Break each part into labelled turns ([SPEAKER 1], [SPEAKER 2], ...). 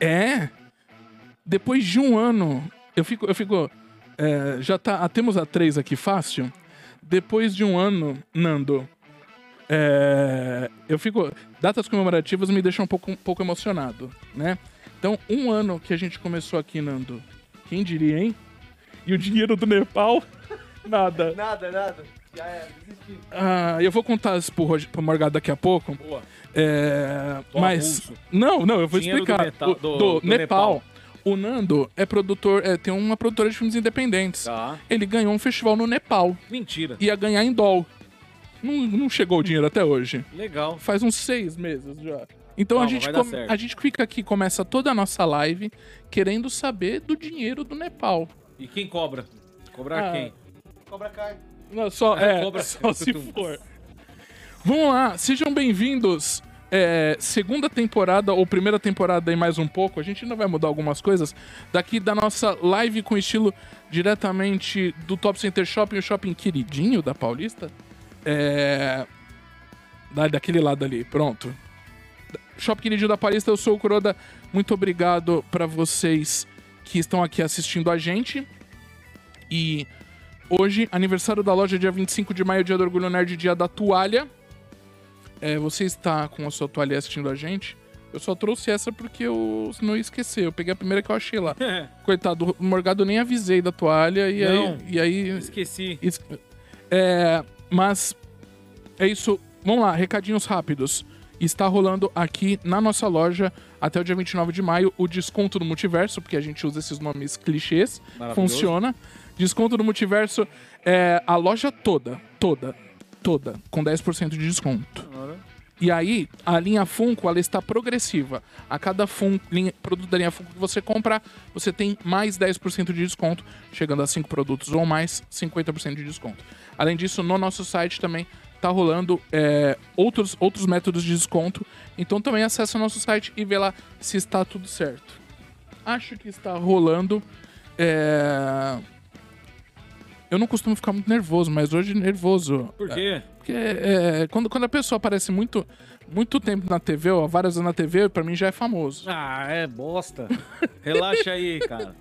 [SPEAKER 1] É. Depois de um ano, eu fico. Eu fico é, já tá. ah, Temos a 3 aqui fácil. Depois de um ano, Nando. é, eu fico. Datas comemorativas me deixam um pouco, um pouco emocionado, né? Então, um ano que a gente começou aqui, Nando. Quem diria, hein? E o dinheiro do Nepal? Nada.
[SPEAKER 2] Nada, nada. Já é, desisti.
[SPEAKER 1] Ah, eu vou contar as pro, Roger- pro Morgado daqui a pouco.
[SPEAKER 3] Boa.
[SPEAKER 1] É,
[SPEAKER 3] Do
[SPEAKER 1] mas.
[SPEAKER 3] avulso.
[SPEAKER 1] Não, não, eu vou
[SPEAKER 3] Dinheiro do
[SPEAKER 1] explicar.
[SPEAKER 3] metal-
[SPEAKER 1] O-
[SPEAKER 3] do- do
[SPEAKER 1] Nepal.
[SPEAKER 3] Nepal.
[SPEAKER 1] O Nando é produtor, é, tem uma produtora de filmes independentes.
[SPEAKER 3] Tá.
[SPEAKER 1] Ele ganhou um festival no Nepal.
[SPEAKER 3] Mentira.
[SPEAKER 1] Ia ganhar em dólar. Não, não chegou o dinheiro até hoje.
[SPEAKER 3] Legal.
[SPEAKER 1] Faz uns seis meses já. Então a,
[SPEAKER 3] Calma,
[SPEAKER 1] gente
[SPEAKER 3] vai dar
[SPEAKER 1] come-
[SPEAKER 3] certo.
[SPEAKER 1] a gente fica aqui, começa toda a nossa live querendo saber do dinheiro do Nepal.
[SPEAKER 3] E quem cobra? Cobrar
[SPEAKER 1] Ah,
[SPEAKER 3] quem?
[SPEAKER 2] Cobra Kai.
[SPEAKER 1] Não, só,
[SPEAKER 3] É,
[SPEAKER 1] é,
[SPEAKER 3] cobra.
[SPEAKER 1] só se
[SPEAKER 3] Tutum.
[SPEAKER 1] for. Vamos lá, sejam bem-vindos. É, segunda temporada ou primeira temporada e mais um pouco. A gente ainda vai mudar algumas coisas. Daqui da nossa live com estilo diretamente do Top Center Shopping, o shopping queridinho da Paulista. É, da- daquele lado ali, pronto. Shopping Queridinho da Paulista, eu sou o Kuroda. Muito obrigado pra vocês que estão aqui assistindo a gente. E Hoje, aniversário da loja, dia 25 de maio, dia do Orgulho Nerd, dia da toalha. É, você está com a sua toalha assistindo a gente? Eu só trouxe essa porque eu não ia esquecer. Eu peguei a primeira que eu achei lá. Coitado, o Morgado nem avisei da toalha e
[SPEAKER 3] Não.
[SPEAKER 1] aí. E aí
[SPEAKER 3] Esqueci.
[SPEAKER 1] isso- É, mas é isso. Vamos lá, recadinhos rápidos. Está rolando aqui na nossa loja até o dia 29 de maio o desconto do multiverso, porque a gente usa esses nomes clichês.
[SPEAKER 3] Maravilhoso.
[SPEAKER 1] Funciona. Desconto do multiverso é a loja toda, toda, toda, com 10% de desconto. E aí, a linha Funko, ela está progressiva. A cada Funko, linha- produto da linha Funko que você comprar, você tem mais 10% de desconto, chegando a 5 produtos ou mais, 50% de desconto. Além disso, no nosso site também tá rolando é, outros, outros métodos de desconto. Então também acessa o nosso site e vê lá se está tudo certo. Acho que está rolando. é, Eu não costumo ficar muito nervoso, mas hoje nervoso.
[SPEAKER 3] Por quê?
[SPEAKER 1] Porque é, quando, quando a pessoa aparece muito, muito tempo na TV, ou há várias anos na TV, pra mim já é famoso.
[SPEAKER 3] Ah, é bosta. Relaxa aí, cara.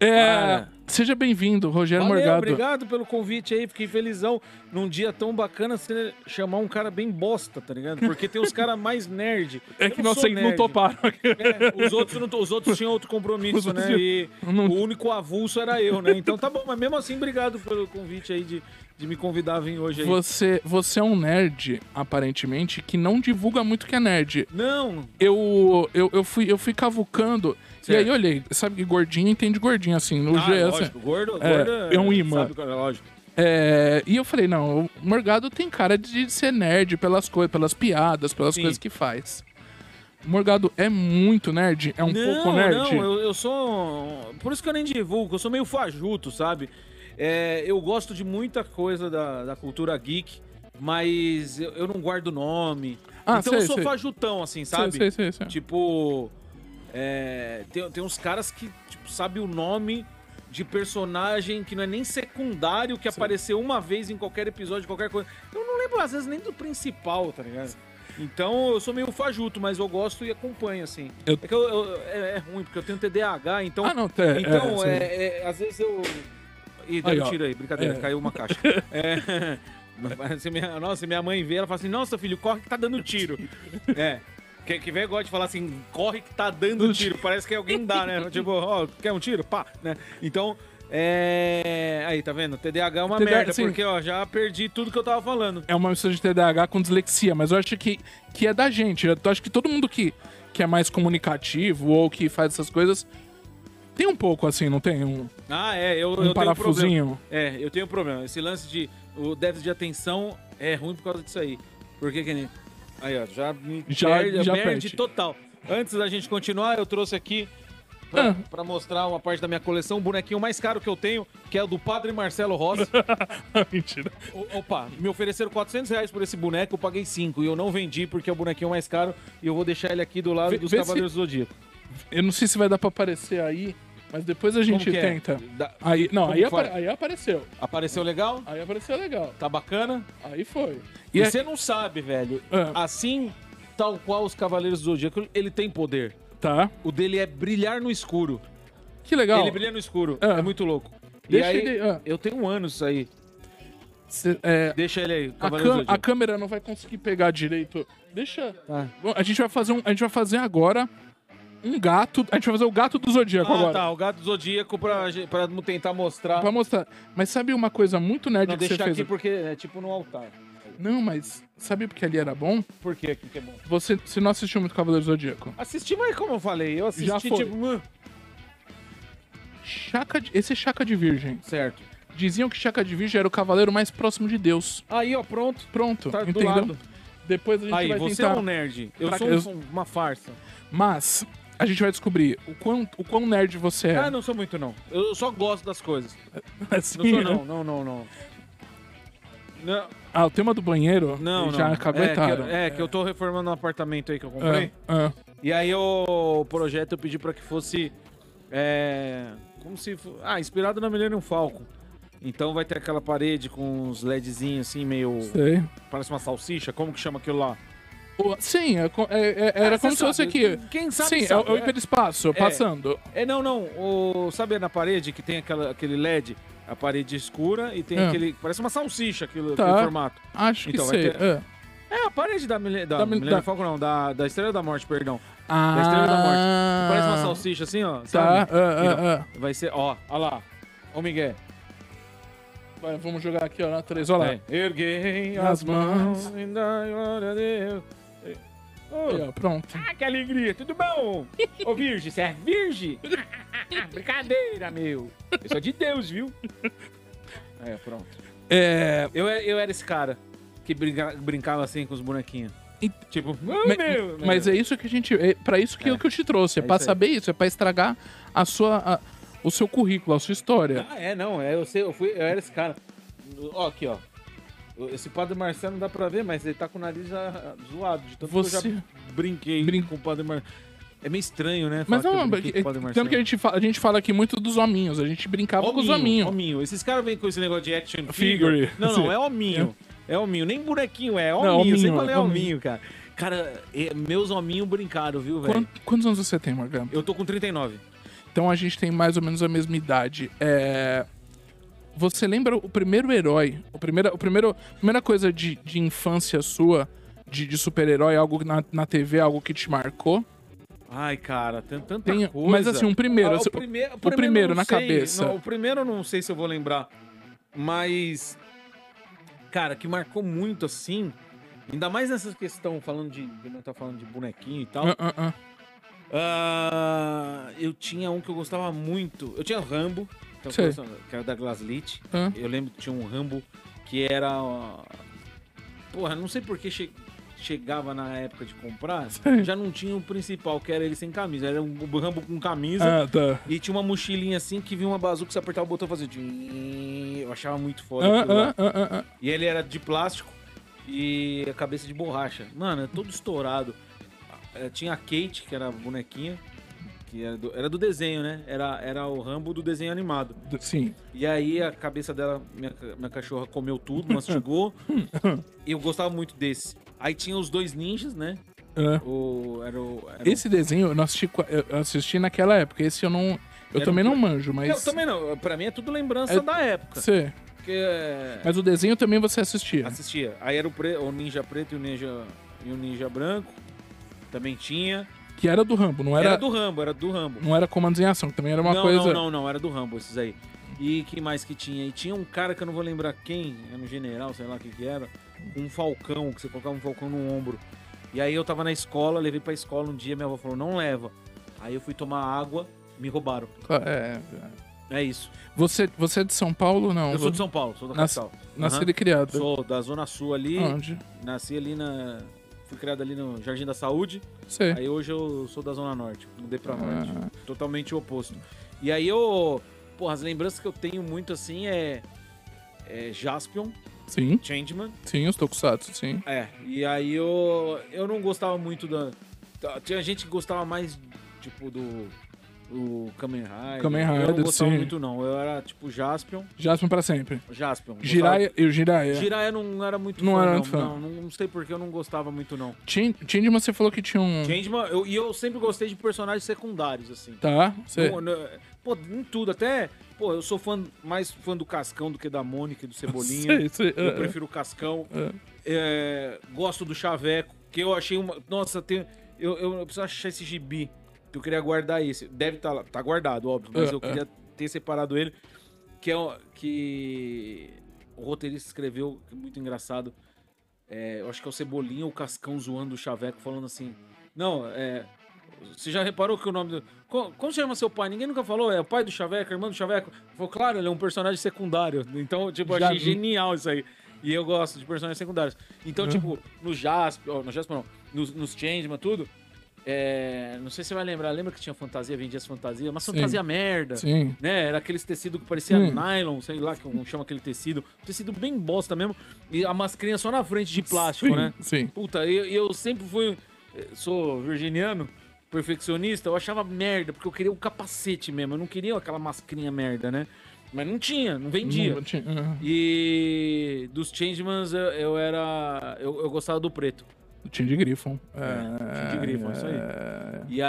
[SPEAKER 1] É,
[SPEAKER 3] Cara.
[SPEAKER 1] seja bem-vindo, Rogério
[SPEAKER 3] Valeu,
[SPEAKER 1] Morgado.
[SPEAKER 3] obrigado pelo convite aí. Fiquei felizão. Num dia tão bacana você chamar um cara bem bosta, tá ligado? Porque tem os caras mais nerd.
[SPEAKER 1] É
[SPEAKER 3] Eu
[SPEAKER 1] que
[SPEAKER 3] não
[SPEAKER 1] nós
[SPEAKER 3] sou um
[SPEAKER 1] não
[SPEAKER 3] nerd.
[SPEAKER 1] toparam.
[SPEAKER 3] É, os, outros não, os outros tinham outro compromisso,
[SPEAKER 1] Os
[SPEAKER 3] né?
[SPEAKER 1] outros-
[SPEAKER 3] E
[SPEAKER 1] não-
[SPEAKER 3] o único avulso era eu, né? Então tá bom, mas mesmo assim, obrigado pelo convite aí de, de me convidar a vir hoje aí.
[SPEAKER 1] Você, você é um nerd, aparentemente, que não divulga muito que é nerd.
[SPEAKER 3] Não,
[SPEAKER 1] Eu, eu, eu, fui, eu fui cavucando, e
[SPEAKER 3] Certo.
[SPEAKER 1] aí eu olhei, sabe que gordinho entende gordinho, assim, no
[SPEAKER 3] ah,
[SPEAKER 1] GS.
[SPEAKER 3] lógico, gordo,
[SPEAKER 1] É,
[SPEAKER 3] gordo
[SPEAKER 1] é um imã.
[SPEAKER 3] sabe, cara, lógico.
[SPEAKER 1] É, e eu falei, não, o Morgado tem cara de ser nerd pelas coisas, pelas piadas, pelas
[SPEAKER 3] Sim.
[SPEAKER 1] coisas que faz. O Morgado é muito nerd, é um
[SPEAKER 3] não,
[SPEAKER 1] pouco nerd.
[SPEAKER 3] não, eu, eu sou. um- Por isso que eu nem divulgo, eu sou meio fajuto, sabe? É, eu gosto de muita coisa da, da cultura geek, mas eu, eu não guardo nome.
[SPEAKER 1] Ah,
[SPEAKER 3] então
[SPEAKER 1] sei,
[SPEAKER 3] eu sou
[SPEAKER 1] sei.
[SPEAKER 3] fajutão, assim,
[SPEAKER 1] Sei,
[SPEAKER 3] sabe?
[SPEAKER 1] sei, sei, sei.
[SPEAKER 3] Tipo, é, tem, tem uns caras que tipo, sabe o nome de personagem que não é nem secundário, que apareceu uma vez em qualquer episódio, qualquer coisa. Eu não lembro, às vezes, nem do principal, tá ligado? Então eu sou meio fajuto, mas eu gosto e acompanho, assim.
[SPEAKER 1] Eu-
[SPEAKER 3] É que eu, eu- é, é ruim, porque eu tenho TDAH, então.
[SPEAKER 1] Ah, não, é,
[SPEAKER 3] então,
[SPEAKER 1] é,
[SPEAKER 3] é,
[SPEAKER 1] sei.
[SPEAKER 3] é, às vezes eu. Ih,
[SPEAKER 1] Aí,
[SPEAKER 3] deu
[SPEAKER 1] ó.
[SPEAKER 3] um tiro aí, brincadeira,
[SPEAKER 1] É.
[SPEAKER 3] caiu uma caixa. É. Mas se minha- nossa, se minha mãe vê, ela fala assim: Nossa, filho, corre que tá dando tiro. É. Quem que vê gosta de falar assim, corre que tá dando tiro. Parece que alguém dá, né? Tipo, ó, quer um tiro? Pá, né? Então, é. Aí, tá vendo? TDAH é uma
[SPEAKER 1] TDAH,
[SPEAKER 3] merda,
[SPEAKER 1] sim.
[SPEAKER 3] porque, ó, já perdi tudo que eu tava falando.
[SPEAKER 1] É uma mistura de TDAH com dislexia, mas eu acho que, que é da gente. Eu acho que todo mundo que, que é mais comunicativo ou que faz essas coisas tem um pouco assim, não tem? Um,
[SPEAKER 3] Ah, é, eu,
[SPEAKER 1] um
[SPEAKER 3] eu tenho um problema.
[SPEAKER 1] parafusinho.
[SPEAKER 3] É, eu tenho um problema. Esse lance de. O déficit de atenção é ruim por causa disso aí. Porque que nem. Aí, ó, já me
[SPEAKER 1] Já-
[SPEAKER 3] perde,
[SPEAKER 1] já
[SPEAKER 3] perde
[SPEAKER 1] perde.
[SPEAKER 3] total. Antes da gente continuar, eu trouxe aqui pra,
[SPEAKER 1] Ah.
[SPEAKER 3] pra mostrar uma parte da minha coleção, um bonequinho mais caro que eu tenho, que é o do Padre Marcelo Rossi.
[SPEAKER 1] Mentira.
[SPEAKER 3] O- Opa, me ofereceram 400 reais por esse boneco, eu paguei 5 e eu não vendi porque é o bonequinho mais caro e eu vou deixar ele aqui do lado
[SPEAKER 1] Vê-
[SPEAKER 3] dos
[SPEAKER 1] vê
[SPEAKER 3] Cavaleiros do Zodíaco.
[SPEAKER 1] Eu não sei se vai dar pra aparecer aí, mas depois a
[SPEAKER 3] Como
[SPEAKER 1] gente
[SPEAKER 3] que é?
[SPEAKER 1] tenta.
[SPEAKER 3] Da-
[SPEAKER 1] Aí, não,
[SPEAKER 3] Como
[SPEAKER 1] aí,
[SPEAKER 3] que faz?
[SPEAKER 1] apa- aí apareceu.
[SPEAKER 3] Apareceu legal?
[SPEAKER 1] Aí apareceu legal.
[SPEAKER 3] Tá bacana?
[SPEAKER 1] Aí foi.
[SPEAKER 3] E,
[SPEAKER 1] é-
[SPEAKER 3] você não sabe, velho.
[SPEAKER 1] Ah.
[SPEAKER 3] Assim, tal qual os Cavaleiros do Zodíaco, ele tem poder.
[SPEAKER 1] Tá.
[SPEAKER 3] O dele é brilhar no escuro.
[SPEAKER 1] Que legal.
[SPEAKER 3] Ele brilha no escuro.
[SPEAKER 1] Ah.
[SPEAKER 3] É muito louco.
[SPEAKER 1] Deixa
[SPEAKER 3] e aí,
[SPEAKER 1] ele- ah.
[SPEAKER 3] eu tenho um ano isso aí.
[SPEAKER 1] Cê- é,
[SPEAKER 3] Deixa ele aí,
[SPEAKER 1] a,
[SPEAKER 3] Cavaleiro
[SPEAKER 1] cam-
[SPEAKER 3] Zodíaco.
[SPEAKER 1] a câmera não vai conseguir pegar direito. Deixa.
[SPEAKER 3] Tá.
[SPEAKER 1] Bom, A gente vai fazer um, a gente vai fazer agora um gato. A gente vai fazer o gato do zodíaco
[SPEAKER 3] Ah,
[SPEAKER 1] agora.
[SPEAKER 3] tá. O gato zodíaco pra, gen- pra mo- tentar mostrar.
[SPEAKER 1] Pra mostrar. Mas sabe uma coisa muito nerd
[SPEAKER 3] Não,
[SPEAKER 1] que você
[SPEAKER 3] deixa
[SPEAKER 1] fez?
[SPEAKER 3] aqui porque é tipo no altar.
[SPEAKER 1] Não, mas sabe porque ali era bom?
[SPEAKER 3] Por que aqui que é bom?
[SPEAKER 1] Você, você não assistiu muito Cavaleiro do Zodíaco.
[SPEAKER 3] Assisti, mas como eu falei, eu assisti
[SPEAKER 1] Já foi.
[SPEAKER 3] tipo. hum,
[SPEAKER 1] Chaca de- esse é Chaca de Virgem.
[SPEAKER 3] Certo.
[SPEAKER 1] Diziam que Chaca de Virgem era o cavaleiro mais próximo de Deus.
[SPEAKER 3] Aí, ó, pronto.
[SPEAKER 1] Pronto,
[SPEAKER 3] Tá do
[SPEAKER 1] entendeu?
[SPEAKER 3] lado.
[SPEAKER 1] Depois a gente
[SPEAKER 3] Aí,
[SPEAKER 1] vai
[SPEAKER 3] você
[SPEAKER 1] tentar.
[SPEAKER 3] é um nerd. Eu
[SPEAKER 1] Pra-
[SPEAKER 3] sou
[SPEAKER 1] eu-
[SPEAKER 3] um- uma farsa.
[SPEAKER 1] Mas a gente vai descobrir o quão, o quão nerd você é.
[SPEAKER 3] Ah, não sou muito, não. Eu só gosto das coisas.
[SPEAKER 1] Assim,
[SPEAKER 3] Não sou,
[SPEAKER 1] né?
[SPEAKER 3] não, não, não, não. Não,
[SPEAKER 1] Ah, o tema do banheiro
[SPEAKER 3] não.
[SPEAKER 1] já
[SPEAKER 3] não.
[SPEAKER 1] acabetaram.
[SPEAKER 3] É, que, eu- é, que eu tô reformando um apartamento aí que eu comprei.
[SPEAKER 1] Ah, ah.
[SPEAKER 3] E aí o projeto eu pedi pra que fosse. É, como se. fo- Ah, inspirado na Millennium Falcon. Então vai ter aquela parede com uns LEDzinhos assim, meio.
[SPEAKER 1] Sei.
[SPEAKER 3] Parece uma salsicha. Como que chama aquilo lá?
[SPEAKER 1] O- Sim, é co- é- é- era
[SPEAKER 3] Ah,
[SPEAKER 1] como
[SPEAKER 3] cê
[SPEAKER 1] se fosse
[SPEAKER 3] sabe.
[SPEAKER 1] aqui.
[SPEAKER 3] Quem sabe?
[SPEAKER 1] Sim, é o-
[SPEAKER 3] sabe.
[SPEAKER 1] é o hiperespaço, passando.
[SPEAKER 3] É, não, não. O, sabe na parede que tem aquela, aquele LED? A parede escura e tem
[SPEAKER 1] É.
[SPEAKER 3] aquele. Parece uma salsicha aquilo,
[SPEAKER 1] Tá.
[SPEAKER 3] aquele formato.
[SPEAKER 1] Acho que
[SPEAKER 3] Então, vai
[SPEAKER 1] sei.
[SPEAKER 3] ter-
[SPEAKER 1] é.
[SPEAKER 3] É, a parede da, Mille- da,
[SPEAKER 1] Da Mil-
[SPEAKER 3] Millennium
[SPEAKER 1] da-
[SPEAKER 3] Falcon, não, da, da Estrela da Morte, perdão.
[SPEAKER 1] Ah,
[SPEAKER 3] Da Estrela da Morte. Parece uma salsicha assim, ó.
[SPEAKER 1] Tá,
[SPEAKER 3] sabe? Então.
[SPEAKER 1] ah, ah,
[SPEAKER 3] Vai ser, ó, ó lá. Ô, Miguel.
[SPEAKER 1] ah. Vai, Vamos jogar aqui, ó, na 3, olha lá.
[SPEAKER 3] É. Erguei
[SPEAKER 1] As
[SPEAKER 3] as
[SPEAKER 1] mãos.
[SPEAKER 3] mãos É. e dai glória a Deus.
[SPEAKER 1] Aí,
[SPEAKER 3] Ô,
[SPEAKER 1] ó, pronto.
[SPEAKER 3] ah, que alegria, tudo bom? Ô, Virgem, você é virgem? Ah, Brincadeira, meu. Eu sou de Deus, viu? É, pronto.
[SPEAKER 1] É,
[SPEAKER 3] Eu, era- eu era esse cara que brinca- brincava assim com os bonequinhos.
[SPEAKER 1] E-
[SPEAKER 3] Tipo, oh,
[SPEAKER 1] ma-
[SPEAKER 3] meu.
[SPEAKER 1] mas é isso que a gente. É pra isso que, é. o que eu te trouxe. É,
[SPEAKER 3] É
[SPEAKER 1] pra
[SPEAKER 3] isso aí.
[SPEAKER 1] saber isso, é pra estragar a sua, a- o seu currículo, a sua história.
[SPEAKER 3] Ah, é, não, é, eu sei, eu fui, eu era esse cara. Ó, aqui, ó. Esse padre Marcelo não dá pra ver, mas ele tá com o nariz ah, zoado, de tanto que
[SPEAKER 1] Você-
[SPEAKER 3] eu já brinquei
[SPEAKER 1] Brin-
[SPEAKER 3] com o padre Marcelo. É meio estranho, né?
[SPEAKER 1] Mas
[SPEAKER 3] falar que eu
[SPEAKER 1] não,
[SPEAKER 3] brinquei com o
[SPEAKER 1] é-
[SPEAKER 3] padre
[SPEAKER 1] tanto
[SPEAKER 3] Marcelo.
[SPEAKER 1] que a gente, fala, a gente fala aqui muito dos hominhos. A gente brincava com os
[SPEAKER 3] Hominho,
[SPEAKER 1] hominhos.
[SPEAKER 3] hominho. Esses caras vêm com esse negócio de action
[SPEAKER 1] Figure.
[SPEAKER 3] figure. Não,
[SPEAKER 1] Sim.
[SPEAKER 3] não, é hominho. É hominho, nem bonequinho, é hominho.
[SPEAKER 1] Não,
[SPEAKER 3] eu sei
[SPEAKER 1] hominho,
[SPEAKER 3] qual é
[SPEAKER 1] é hominho.
[SPEAKER 3] hominho, cara. Cara, é- meus hominhos brincaram, viu, velho?
[SPEAKER 1] Quant- quantos anos você tem, Morgan?
[SPEAKER 3] Eu tô com 39.
[SPEAKER 1] Então a gente tem mais ou menos a mesma idade. É, Você lembra o primeiro herói? O primeira, o primeiro, a primeira coisa de, de infância sua, de, de super-herói, algo na, na TV, algo que te marcou?
[SPEAKER 3] Ai, cara, tem tanta
[SPEAKER 1] Tem-
[SPEAKER 3] coisa.
[SPEAKER 1] mas assim, um primeiro,
[SPEAKER 3] Ah,
[SPEAKER 1] assim,
[SPEAKER 3] o primeiro, o
[SPEAKER 1] primeiro
[SPEAKER 3] eu não
[SPEAKER 1] na
[SPEAKER 3] sei,
[SPEAKER 1] cabeça.
[SPEAKER 3] não, o primeiro eu não sei se eu vou lembrar. Mas. Cara, que marcou muito assim. Ainda mais nessa questão, falando de. Não tá falando de bonequinho e tal.
[SPEAKER 1] Ah, ah, ah.
[SPEAKER 3] Ah, eu tinha um que eu gostava muito. Eu tinha Rambo, então,
[SPEAKER 1] Sei.
[SPEAKER 3] que era da Glaslit.
[SPEAKER 1] Hã?
[SPEAKER 3] Eu lembro que tinha um Rambo que era. ó, Porra, não sei por que che- chegava na época de comprar. Já não tinha o principal, que era ele sem camisa. Era um Rambo com camisa.
[SPEAKER 1] Ah, tá.
[SPEAKER 3] E tinha uma mochilinha assim que vinha uma bazuca, você apertava o botão e fazia. tchim. Eu achava muito foda.
[SPEAKER 1] Ah,
[SPEAKER 3] aquilo lá.
[SPEAKER 1] ah, ah, ah, ah.
[SPEAKER 3] E ele era de plástico e a cabeça de borracha. Mano, é todo estourado. Eh, Tinha a Kate, que era a bonequinha, que era do, era do desenho, né? Era, era o Rambo do desenho animado.
[SPEAKER 1] D- Sim.
[SPEAKER 3] E aí a cabeça dela, minha, ca- minha cachorra comeu tudo, mastigou. e eu gostava muito desse. Aí tinha os dois ninjas, né?
[SPEAKER 1] Ah.
[SPEAKER 3] O, era o, era um- o-
[SPEAKER 1] Esse desenho eu, não assisti, qua- eu eu assisti naquela época. Esse eu não. Eu
[SPEAKER 3] Era
[SPEAKER 1] também
[SPEAKER 3] um-
[SPEAKER 1] não manjo, mas.
[SPEAKER 3] Eu também não, pra mim é tudo lembrança
[SPEAKER 1] É-
[SPEAKER 3] da época.
[SPEAKER 1] Você-
[SPEAKER 3] Porque eh,
[SPEAKER 1] Mas o desenho também você assistia.
[SPEAKER 3] Assistia. Aí era o, pre- o ninja preto e o ninja, e o ninja branco. Também tinha.
[SPEAKER 1] Que era do Rambo, não
[SPEAKER 3] Era,
[SPEAKER 1] era,
[SPEAKER 3] do Rambo, era do Rambo.
[SPEAKER 1] não era comandos em ação, que também era uma
[SPEAKER 3] não,
[SPEAKER 1] coisa.
[SPEAKER 3] não, não, não, era do Rambo esses aí. E que mais que tinha? E tinha um cara que eu não vou lembrar quem, era um general, sei lá o que que era, com um falcão, que você colocava um falcão no ombro. E aí eu tava na escola, levei pra escola um dia, minha avó falou, não leva. Aí eu fui tomar água, me roubaram.
[SPEAKER 1] É,
[SPEAKER 3] É isso.
[SPEAKER 1] Você, você é de São Paulo? Não.
[SPEAKER 3] Eu sou de São Paulo, sou da
[SPEAKER 1] Nas- Ah.
[SPEAKER 3] capital.
[SPEAKER 1] Nascido
[SPEAKER 3] Aham.
[SPEAKER 1] e criado.
[SPEAKER 3] Sou da Zona Sul ali,
[SPEAKER 1] Onde?
[SPEAKER 3] nasci ali na... Fui criado ali no Jardim da Saúde.
[SPEAKER 1] Sei.
[SPEAKER 3] Aí hoje eu sou da Zona Norte, mudei pra
[SPEAKER 1] Ah.
[SPEAKER 3] Norte. Totalmente o oposto. E aí eu. Porra, as lembranças que eu tenho muito assim é. É Jaspion,
[SPEAKER 1] Sim,
[SPEAKER 3] Changeman.
[SPEAKER 1] sim, os Tokusatsu, sim.
[SPEAKER 3] É. E aí eu. Eu não gostava muito da. tá, Tinha gente que gostava mais, tipo, do. do o Kamen Rider.
[SPEAKER 1] Kamen
[SPEAKER 3] Eu
[SPEAKER 1] Rider,
[SPEAKER 3] não gostava
[SPEAKER 1] sim.
[SPEAKER 3] muito, não. Eu era tipo Jaspion.
[SPEAKER 1] Jaspion pra sempre.
[SPEAKER 3] Jaspion. Gostava-
[SPEAKER 1] Jiraiya, eu Jiraiya.
[SPEAKER 3] Jiraiya não era muito
[SPEAKER 1] Não
[SPEAKER 3] fã,
[SPEAKER 1] era
[SPEAKER 3] não.
[SPEAKER 1] muito fã.
[SPEAKER 3] Não, não, não sei porque eu não gostava muito, não.
[SPEAKER 1] Chin- Changeman, você falou que tinha um...
[SPEAKER 3] Changeman, eu- e eu sempre gostei de personagens secundários, assim.
[SPEAKER 1] Tá, você...
[SPEAKER 3] Não, não, pô, em tudo, até. Pô, eu sou fã, mais fã do Cascão do que da Mônica e do
[SPEAKER 1] Sei,
[SPEAKER 3] Cebolinha.
[SPEAKER 1] sei,
[SPEAKER 3] Eu
[SPEAKER 1] é.
[SPEAKER 3] prefiro o Cascão. É, gosto do Chaveco, que eu achei uma. Nossa, tem, eu, eu, eu preciso achar esse gibi. que Eu queria guardar esse. Deve estar lá. Tá guardado, óbvio, mas
[SPEAKER 1] É,
[SPEAKER 3] eu queria ter separado ele. Que é o- que o roteirista escreveu, que é muito engraçado. É, eu acho que é o Cebolinha ou o Cascão zoando o Chaveco, falando assim. Não, é. Você já reparou que o nome do. Co- Como se chama seu pai? Ninguém nunca falou. É o pai do Chaveco, irmão do Chaveco? Falou, claro, ele é um personagem secundário. Então, tipo, eu
[SPEAKER 1] Já
[SPEAKER 3] achei
[SPEAKER 1] vi.
[SPEAKER 3] genial isso aí. E eu gosto de personagens secundários.
[SPEAKER 1] Uhum.
[SPEAKER 3] Então, tipo, no Jasper, ó, no Jasper não, nos, nos Changeman, tudo. é, não sei se você vai lembrar, lembra que tinha fantasia, vendia as fantasias, mas fantasia merda.
[SPEAKER 1] Sim.
[SPEAKER 3] Né? Era aqueles tecido que parecia
[SPEAKER 1] Hum.
[SPEAKER 3] nylon, sei lá como chama aquele tecido. Tecido bem bosta mesmo. E a mascarinha só na frente de plástico,
[SPEAKER 1] sim,
[SPEAKER 3] né?
[SPEAKER 1] Sim.
[SPEAKER 3] Puta, eu, eu sempre fui. eh, Sou virginiano, perfeccionista, eu achava merda, porque eu queria um capacete mesmo, eu não queria aquela mascrinha merda, né? Mas não tinha, não vendia.
[SPEAKER 1] Não, tinha- ah,
[SPEAKER 3] E dos Changemans eu, eu era. Eu, eu gostava do preto.
[SPEAKER 1] Tinha de Griffon. É,
[SPEAKER 3] Tinha de Griffon, isso aí.
[SPEAKER 1] é.
[SPEAKER 3] E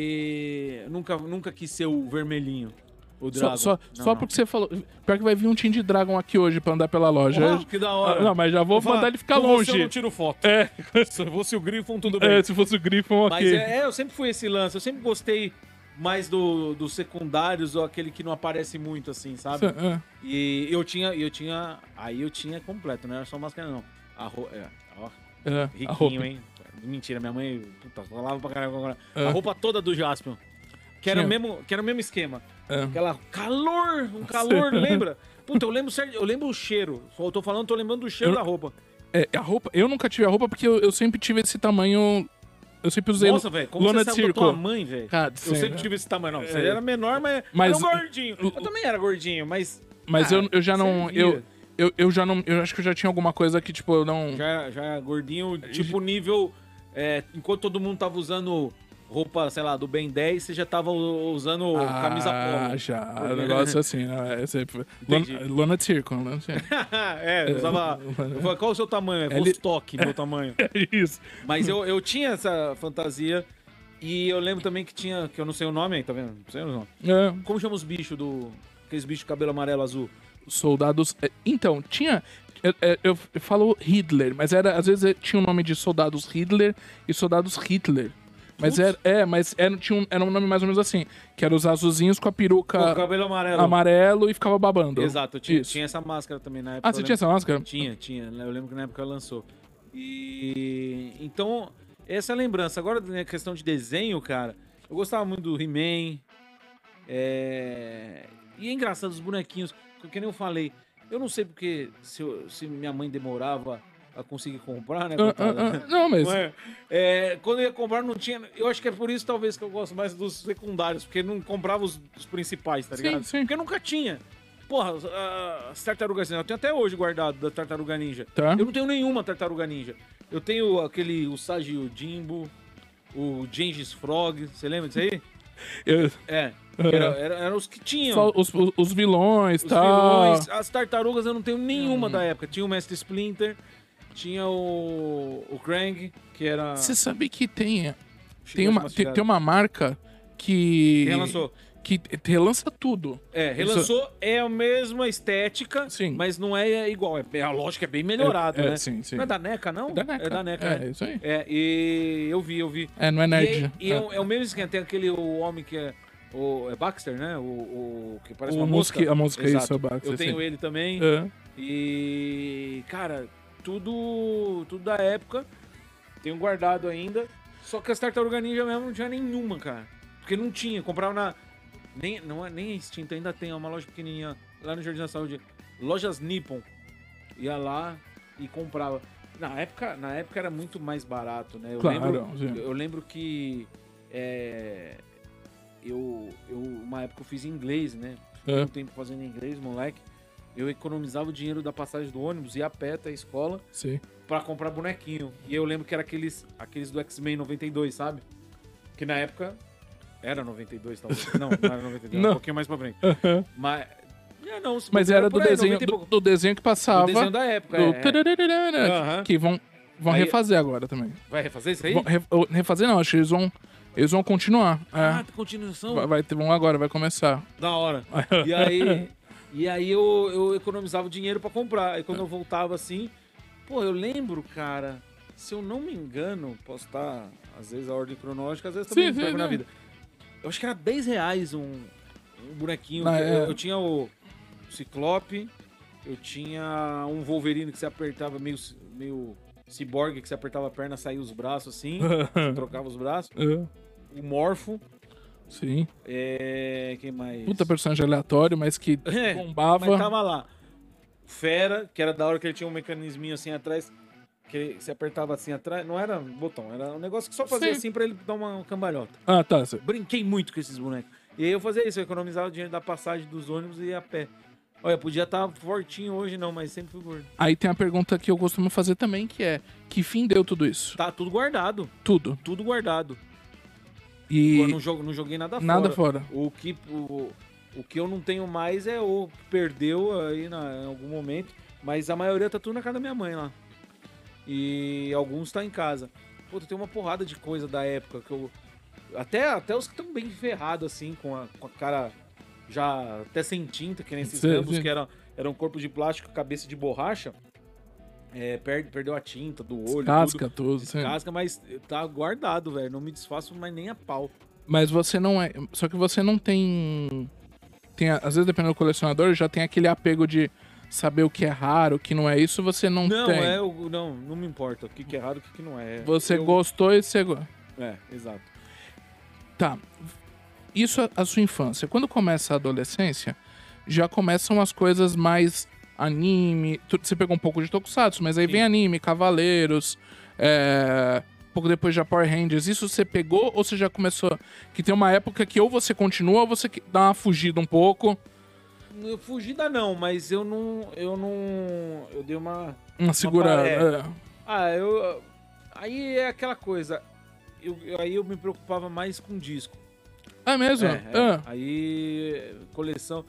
[SPEAKER 3] aí. eu Nunca, nunca quis ser o vermelhinho. O
[SPEAKER 1] Só,
[SPEAKER 3] Dragon.
[SPEAKER 1] só,
[SPEAKER 3] Não,
[SPEAKER 1] só
[SPEAKER 3] não.
[SPEAKER 1] porque você falou. Pior que vai vir um Team de Dragon aqui hoje pra andar pela loja. Ah,
[SPEAKER 3] Porra, que da hora.
[SPEAKER 1] Não, mas já vou,
[SPEAKER 3] falar,
[SPEAKER 1] mandar ele ficar
[SPEAKER 3] com você
[SPEAKER 1] longe.
[SPEAKER 3] Eu não tiro foto.
[SPEAKER 1] É,
[SPEAKER 3] Se eu fosse o Griffon, tudo bem.
[SPEAKER 1] é, se fosse o Griffon,
[SPEAKER 3] Mas
[SPEAKER 1] ok.
[SPEAKER 3] é, é, eu sempre fui esse lance, eu sempre gostei mais do- dos secundários ou aquele que não aparece muito, assim, sabe?
[SPEAKER 1] É,
[SPEAKER 3] E eu tinha, eu tinha. Aí eu tinha completo, não era só máscara, não. A ro... é, ó,
[SPEAKER 1] é, a
[SPEAKER 3] riquinho,
[SPEAKER 1] roupa.
[SPEAKER 3] hein? Mentira, minha mãe puta, falava pra caramba agora.
[SPEAKER 1] É.
[SPEAKER 3] A roupa toda do Jaspion. Que era, o
[SPEAKER 1] Tinha.
[SPEAKER 3] mesmo, que era o mesmo esquema.
[SPEAKER 1] É.
[SPEAKER 3] Aquela calor, um calor, lembra? Puta, eu lembro, certo- eu lembro o cheiro. Eu tô falando, tô lembrando do cheiro
[SPEAKER 1] Eu-
[SPEAKER 3] da roupa.
[SPEAKER 1] É, a roupa. Eu nunca tive a roupa porque eu, eu sempre tive esse tamanho. Eu sempre usei.
[SPEAKER 3] Nossa, velho, como
[SPEAKER 1] lona
[SPEAKER 3] você
[SPEAKER 1] de
[SPEAKER 3] sabe da tua
[SPEAKER 1] circo.
[SPEAKER 3] mãe, velho?
[SPEAKER 1] Cara,
[SPEAKER 3] Eu
[SPEAKER 1] sim,
[SPEAKER 3] sempre
[SPEAKER 1] né?
[SPEAKER 3] tive esse tamanho, não. Você era menor, mas,
[SPEAKER 1] Mas-
[SPEAKER 3] era um gordinho. Eu também era gordinho, mas
[SPEAKER 1] Mas
[SPEAKER 3] Ah,
[SPEAKER 1] eu, eu já não.
[SPEAKER 3] servia.
[SPEAKER 1] Eu, eu, eu já não. Eu acho que eu já tinha alguma coisa que, tipo, eu não.
[SPEAKER 3] já, já era gordinho, tipo nível. é, enquanto todo mundo tava usando roupa, sei lá, do Ben 10, você já tava u- usando camisa
[SPEAKER 1] ah,
[SPEAKER 3] polo.
[SPEAKER 1] já. O negócio assim, né? É sempre...
[SPEAKER 3] Entendi.
[SPEAKER 1] Lona, Lona de Circo, né?
[SPEAKER 3] é, eu usava. eu falava, Qual o seu tamanho? É
[SPEAKER 1] Ele-
[SPEAKER 3] Vostok, meu tamanho.
[SPEAKER 1] É isso.
[SPEAKER 3] Mas eu, eu tinha essa fantasia. E eu lembro também que tinha. Que eu não sei o nome aí, tá vendo? Não sei o nome.
[SPEAKER 1] É,
[SPEAKER 3] Como chama os bichos do. Aqueles bichos de cabelo amarelo azul?
[SPEAKER 1] soldados. é, Então, tinha. é, é, Eu, eu falo Hitler, mas era. Às vezes é, tinha o nome de soldados Hitler e soldados Hitler. Mas era, é, mas era, tinha um, era um nome mais ou menos assim. Que era os azulzinhos com a
[SPEAKER 3] Com
[SPEAKER 1] peruca
[SPEAKER 3] cabelo amarelo.
[SPEAKER 1] Ah, amarelo e ficava babando.
[SPEAKER 3] Exato, eu tinha,
[SPEAKER 1] Isso.
[SPEAKER 3] tinha essa máscara também na
[SPEAKER 1] Ah,
[SPEAKER 3] época. eu
[SPEAKER 1] você
[SPEAKER 3] lembro.
[SPEAKER 1] tinha essa máscara?
[SPEAKER 3] Tinha, tinha. né? Eu lembro que na época ela lançou. E. Então, essa é a lembrança. Agora, na questão de desenho, cara, eu gostava muito do He-Man. É... E é engraçado os bonequinhos. Que que nem eu falei. Eu não sei porque se, eu- se minha mãe demorava a conseguir comprar, né?
[SPEAKER 1] Ah, ah,
[SPEAKER 3] coitada?
[SPEAKER 1] ah, não, mas.
[SPEAKER 3] Não é? É, quando eu ia comprar, não tinha. Eu acho que é por isso, talvez, que eu gosto mais dos secundários, porque não comprava os, os principais, tá
[SPEAKER 1] Sim,
[SPEAKER 3] ligado?
[SPEAKER 1] sim.
[SPEAKER 3] Porque nunca tinha. Porra, as- a- as tartarugas ninja. Eu tenho até hoje guardado da tartaruga ninja.
[SPEAKER 1] Tá.
[SPEAKER 3] Eu não tenho nenhuma tartaruga ninja. Eu tenho aquele. O Sagi o Jimbo, o Gengis Frog. Você lembra disso aí?
[SPEAKER 1] Eu-
[SPEAKER 3] É. Era, era- eram os que tinham.
[SPEAKER 1] só os, os- os vilões e
[SPEAKER 3] Os
[SPEAKER 1] tal.
[SPEAKER 3] vilões, ah. as tartarugas eu não tenho
[SPEAKER 1] Hum.
[SPEAKER 3] nenhuma da época. Tinha o Mestre Splinter, tinha o. o Krang, que era.
[SPEAKER 1] Você sabe que tem, tem, uma,
[SPEAKER 3] Chegou de
[SPEAKER 1] tem,
[SPEAKER 3] mastigado.
[SPEAKER 1] tem uma marca que.
[SPEAKER 3] Relançou.
[SPEAKER 1] Que relança tudo.
[SPEAKER 3] É, relançou, é a mesma estética,
[SPEAKER 1] Sim.
[SPEAKER 3] mas não é igual. É, é, a lógica é bem melhorado,
[SPEAKER 1] É- é,
[SPEAKER 3] né?
[SPEAKER 1] sim, sim.
[SPEAKER 3] Não é da NECA, não?
[SPEAKER 1] É da NECA.
[SPEAKER 3] É da NECA,
[SPEAKER 1] É,
[SPEAKER 3] né?
[SPEAKER 1] isso aí.
[SPEAKER 3] É, e eu vi, eu vi.
[SPEAKER 1] É, não é nerd.
[SPEAKER 3] E, e é.
[SPEAKER 1] é.
[SPEAKER 3] o- é o mesmo esquema, tem aquele o homem que é. O, é Baxter, né? O, o- que parece
[SPEAKER 1] O
[SPEAKER 3] uma
[SPEAKER 1] mosque-
[SPEAKER 3] mosca.
[SPEAKER 1] a mosca,
[SPEAKER 3] Exato.
[SPEAKER 1] isso, é o Baxter,
[SPEAKER 3] Eu tenho
[SPEAKER 1] sim.
[SPEAKER 3] ele também.
[SPEAKER 1] É.
[SPEAKER 3] E. Cara, tudo. Tudo da época. Tenho guardado ainda. Só que as tartaruga ninja mesmo não tinha nenhuma, cara. Porque não tinha. Comprava na. Nem, não é nem a extinta, ainda tem. É uma loja pequenininha lá no Jardim da Saúde. Lojas Nippon. Ia lá e comprava. Na época, na época era muito mais barato, né? Eu
[SPEAKER 1] Claro,
[SPEAKER 3] lembro,
[SPEAKER 1] sim.
[SPEAKER 3] eu lembro que. é, eu, eu, uma época eu fiz inglês, né? Fiquei
[SPEAKER 1] É.
[SPEAKER 3] um tempo fazendo inglês, moleque. Eu economizava o dinheiro da passagem do ônibus, ia a pé até a escola
[SPEAKER 1] Sim.
[SPEAKER 3] pra comprar bonequinho. E eu lembro que era aqueles, aqueles do X-Men 92, sabe? Que na época Era 92, talvez. Não, não era 92, era
[SPEAKER 1] Não.
[SPEAKER 3] um pouquinho mais pra frente. Mas. É, não, se
[SPEAKER 1] Mas
[SPEAKER 3] bobear
[SPEAKER 1] era
[SPEAKER 3] por
[SPEAKER 1] do
[SPEAKER 3] aí,
[SPEAKER 1] desenho,
[SPEAKER 3] 90 e
[SPEAKER 1] do,
[SPEAKER 3] pouco.
[SPEAKER 1] do desenho que passava.
[SPEAKER 3] Do tipo, desenho da época.
[SPEAKER 1] do
[SPEAKER 3] é, é.
[SPEAKER 1] tarararara,
[SPEAKER 3] Aham.
[SPEAKER 1] Que vão, vão
[SPEAKER 3] Aí-
[SPEAKER 1] refazer agora também.
[SPEAKER 3] Vai refazer isso aí?
[SPEAKER 1] Vão re- ou refazer não, acho que eles vão, eles vão continuar. é.
[SPEAKER 3] Ah, continuação.
[SPEAKER 1] Vai, vai ter- vão agora, vai começar.
[SPEAKER 3] Da hora. E aí, e aí eu, eu economizava o dinheiro pra comprar. E quando eu voltava assim, pô, eu lembro, cara, se eu não me engano, posso estar, às vezes, a ordem cronológica, às vezes também
[SPEAKER 1] Sim,
[SPEAKER 3] me pego
[SPEAKER 1] sim,
[SPEAKER 3] na
[SPEAKER 1] não.
[SPEAKER 3] vida. Eu acho que era 10 reais um, um bonequinho.
[SPEAKER 1] Ah,
[SPEAKER 3] que eu,
[SPEAKER 1] é.
[SPEAKER 3] eu tinha o Ciclope, eu tinha um Wolverine que você apertava meio, ci- meio ciborgue, que você apertava a perna, saía os braços assim, você trocava os braços.
[SPEAKER 1] É,
[SPEAKER 3] O Morfo,
[SPEAKER 1] Sim.
[SPEAKER 3] é... quem mais?
[SPEAKER 1] Puta personagem aleatório, mas que
[SPEAKER 3] É,
[SPEAKER 1] bombava.
[SPEAKER 3] Mas tava lá. Fera, que era da hora que ele tinha um mecanisminho assim atrás, que ele se apertava assim atrás. Não era botão, era um negócio que só fazia
[SPEAKER 1] Sim.
[SPEAKER 3] assim pra ele dar uma cambalhota.
[SPEAKER 1] Ah, tá. cê-
[SPEAKER 3] Brinquei muito com esses bonecos. E aí eu fazia isso, eu economizava o dinheiro da passagem dos ônibus e ia a pé. Olha, podia estar fortinho hoje não, mas sempre fui gordo.
[SPEAKER 1] Aí tem a pergunta que eu costumo fazer também, que é: que fim deu tudo isso?
[SPEAKER 3] Tá tudo guardado,
[SPEAKER 1] Tudo.
[SPEAKER 3] tudo guardado.
[SPEAKER 1] E
[SPEAKER 3] Eu não, jogo, não joguei nada,
[SPEAKER 1] nada
[SPEAKER 3] tá fora.
[SPEAKER 1] fora.
[SPEAKER 3] O que, o, o que eu não tenho mais é o que perdeu aí na, em algum momento, mas a maioria tá tudo na casa da minha mãe lá. E alguns tá em casa. Pô, tu tem uma porrada de coisa da época que eu. Até, até os que estão bem ferrados, assim, com a, com a cara já até sem tinta, que nem esses
[SPEAKER 1] Sim,
[SPEAKER 3] ramos,
[SPEAKER 1] sim.
[SPEAKER 3] que era, era um corpo de plástico, cabeça de borracha. É, per- perdeu a tinta do olho, tudo.
[SPEAKER 1] Casca, tudo. sim.
[SPEAKER 3] Casca, mas tá guardado, velho. Não me desfaço mais nem a pau.
[SPEAKER 1] Mas você não é. Só que você não tem. tem às vezes, dependendo do colecionador, já tem aquele apego de saber o que é raro, o que não é isso, você não,
[SPEAKER 3] Não,
[SPEAKER 1] tem.
[SPEAKER 3] é o. Não, não me importa. O que, que é raro, o que, que não é.
[SPEAKER 1] Você
[SPEAKER 3] Eu-
[SPEAKER 1] gostou e você. go-
[SPEAKER 3] É, exato.
[SPEAKER 1] Tá. Isso é a sua infância. Quando começa a adolescência, já começam as coisas mais anime. Tu- Você pegou um pouco de Tokusatsu, mas aí vem anime, Cavaleiros, é, pouco depois já Power Rangers. Isso você pegou ou você já começou? Que tem uma época que ou você continua ou você que- dá uma fugida um pouco.
[SPEAKER 3] Eu fugida não, mas eu não. Eu não. Eu dei uma.
[SPEAKER 1] Uma segurada.
[SPEAKER 3] parada.
[SPEAKER 1] é.
[SPEAKER 3] Ah, eu. Aí é aquela coisa. Eu, eu- aí eu me preocupava mais com disco.
[SPEAKER 1] Ah, mesmo?
[SPEAKER 3] É, é.
[SPEAKER 1] Ah,
[SPEAKER 3] Aí. Coleção.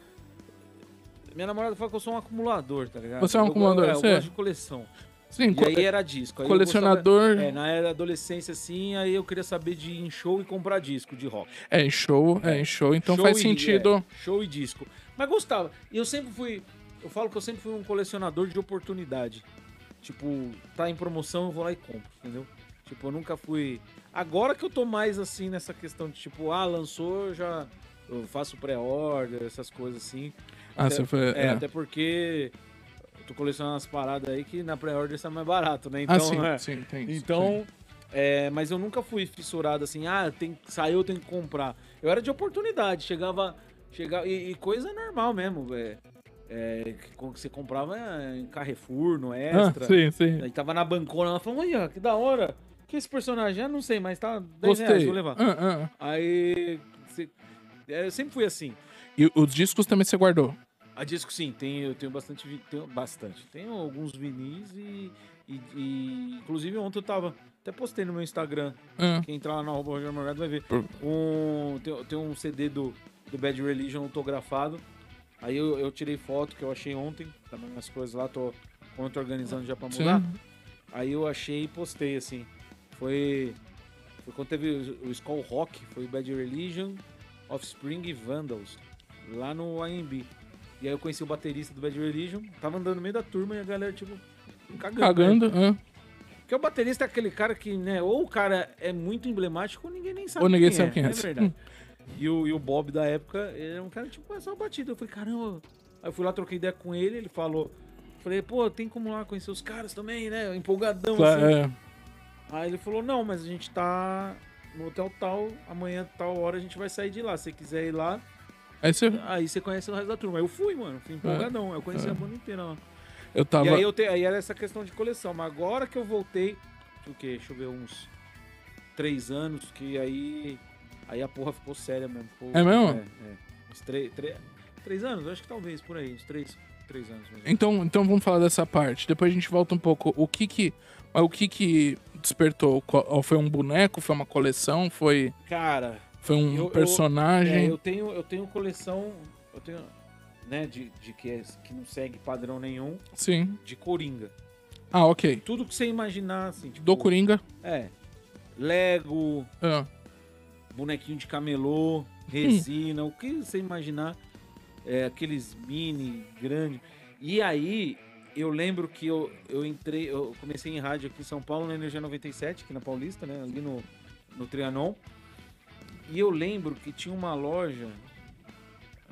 [SPEAKER 3] Minha namorada fala que eu sou um acumulador, tá ligado?
[SPEAKER 1] Você é um
[SPEAKER 3] Eu-
[SPEAKER 1] acumulador,
[SPEAKER 3] Eu, é, eu
[SPEAKER 1] você é?
[SPEAKER 3] gosto de coleção.
[SPEAKER 1] Sim, co- é,
[SPEAKER 3] E aí era disco. aí eu
[SPEAKER 1] colecionador.
[SPEAKER 3] gostava- é, na era adolescência, assim, aí eu queria saber de ir em show e comprar disco de rock.
[SPEAKER 1] é em show, é em show, então
[SPEAKER 3] Show
[SPEAKER 1] faz
[SPEAKER 3] e-
[SPEAKER 1] sentido.
[SPEAKER 3] é, show e disco. Mas gostava. E eu sempre fui. Eu falo que eu sempre fui um colecionador de oportunidade. Tipo, tá em promoção, eu vou lá e compro, entendeu? Tipo, eu nunca fui. Agora que eu tô mais assim nessa questão de tipo, ah, lançou, eu já. Eu faço pré-order, essas coisas assim.
[SPEAKER 1] Ah, você foi.
[SPEAKER 3] É,
[SPEAKER 1] é.
[SPEAKER 3] até porque. Eu tô colecionando umas paradas aí que na pré-order sai mais barato, né? Então,
[SPEAKER 1] ah, sim,
[SPEAKER 3] é.
[SPEAKER 1] sim, tem. isso, sim.
[SPEAKER 3] Então, é, mas eu nunca fui fissurado assim, ah, tem, saiu, eu tenho que comprar. Eu era de oportunidade, chegava. chegava e, e coisa normal mesmo, é, é, que com- que você comprava em Carrefour, no
[SPEAKER 1] Ah,
[SPEAKER 3] é Extra.
[SPEAKER 1] sim, sim.
[SPEAKER 3] aí tava na bancona, ela falou, olha, que da hora. Que esse personagem? Ah, não sei, mas tá 10 reais,
[SPEAKER 1] Gostei.
[SPEAKER 3] vou levar.
[SPEAKER 1] Ah, ah.
[SPEAKER 3] Aí. você- é, eu sempre fui assim.
[SPEAKER 1] E os discos também você guardou?
[SPEAKER 3] A disco sim, tem, eu tenho bastante, vi- tenho bastante. Tenho alguns vinis e, e- e, inclusive ontem eu tava, até postei no meu Instagram,
[SPEAKER 1] Ah,
[SPEAKER 3] quem entrar lá na arroba Roger Morgado vai ver.
[SPEAKER 1] Por-
[SPEAKER 3] Um, tem, tem um CD do, do Bad Religion autografado. Aí eu, eu tirei foto que eu achei ontem, tá nas minhas coisas lá, tô, como eu tô organizando já pra
[SPEAKER 1] sim.
[SPEAKER 3] mudar. Aí eu achei e postei, assim. Foi, foi quando teve o, o Skull Rock, foi o Bad Religion, Offspring e Vandals, lá no IMB. E aí eu conheci o baterista do Bad Religion, tava andando no meio da turma e a galera, tipo, cagando. né?
[SPEAKER 1] Cagando. ah.
[SPEAKER 3] Porque o baterista é aquele cara que, né, ou o cara é muito emblemático, ou ninguém nem sabe
[SPEAKER 1] Ou ninguém
[SPEAKER 3] quem
[SPEAKER 1] sabe
[SPEAKER 3] é,
[SPEAKER 1] quem é.
[SPEAKER 3] é verdade. e, o, e o Bob da época, ele era um cara, tipo, é só batida. Eu falei, caramba. Aí eu fui lá, troquei ideia com ele, ele falou. Falei, pô, tem como lá conhecer os caras também, né? Empolgadão,
[SPEAKER 1] Claro,
[SPEAKER 3] assim.
[SPEAKER 1] é.
[SPEAKER 3] Aí ele falou, não, mas a gente tá no hotel tal, amanhã tal hora a gente vai sair de lá. Se você quiser ir lá,
[SPEAKER 1] Aí você,
[SPEAKER 3] aí você conhece o resto da turma. Aí eu fui, mano,
[SPEAKER 1] É.
[SPEAKER 3] fui empolgadão. Eu conheci a banda inteira lá.
[SPEAKER 1] eu tava.
[SPEAKER 3] E aí, eu te, aí era essa questão de coleção, mas agora que eu voltei, o quê? Deixa eu ver, uns três anos, que aí. Aí a porra ficou séria mesmo. ficou-
[SPEAKER 1] É mesmo?
[SPEAKER 3] É, é. Uns três, três, três anos? Acho que talvez, por aí, uns três, três anos. mais ou menos.
[SPEAKER 1] Então, então vamos falar dessa parte. Depois a gente volta um pouco. O que que. mas O que que despertou? Qual- Foi um boneco? Foi uma coleção? Foi.
[SPEAKER 3] Cara,
[SPEAKER 1] Foi um
[SPEAKER 3] Eu- eu-
[SPEAKER 1] personagem.
[SPEAKER 3] É, eu tenho, eu tenho coleção, eu tenho, né, de, de que, é- que não segue padrão nenhum,
[SPEAKER 1] Sim.
[SPEAKER 3] de Coringa.
[SPEAKER 1] Ah, ok.
[SPEAKER 3] Tudo que você imaginar, assim, tipo...
[SPEAKER 1] Do Coringa.
[SPEAKER 3] É. Lego,
[SPEAKER 1] ah,
[SPEAKER 3] bonequinho de camelô, resina, o que você imaginar. É, aqueles mini, grande. E aí, eu lembro que eu, eu entrei, eu comecei em rádio aqui em São Paulo, na Energia 97, aqui na Paulista, né? Ali no, no Trianon. E eu lembro que tinha uma loja.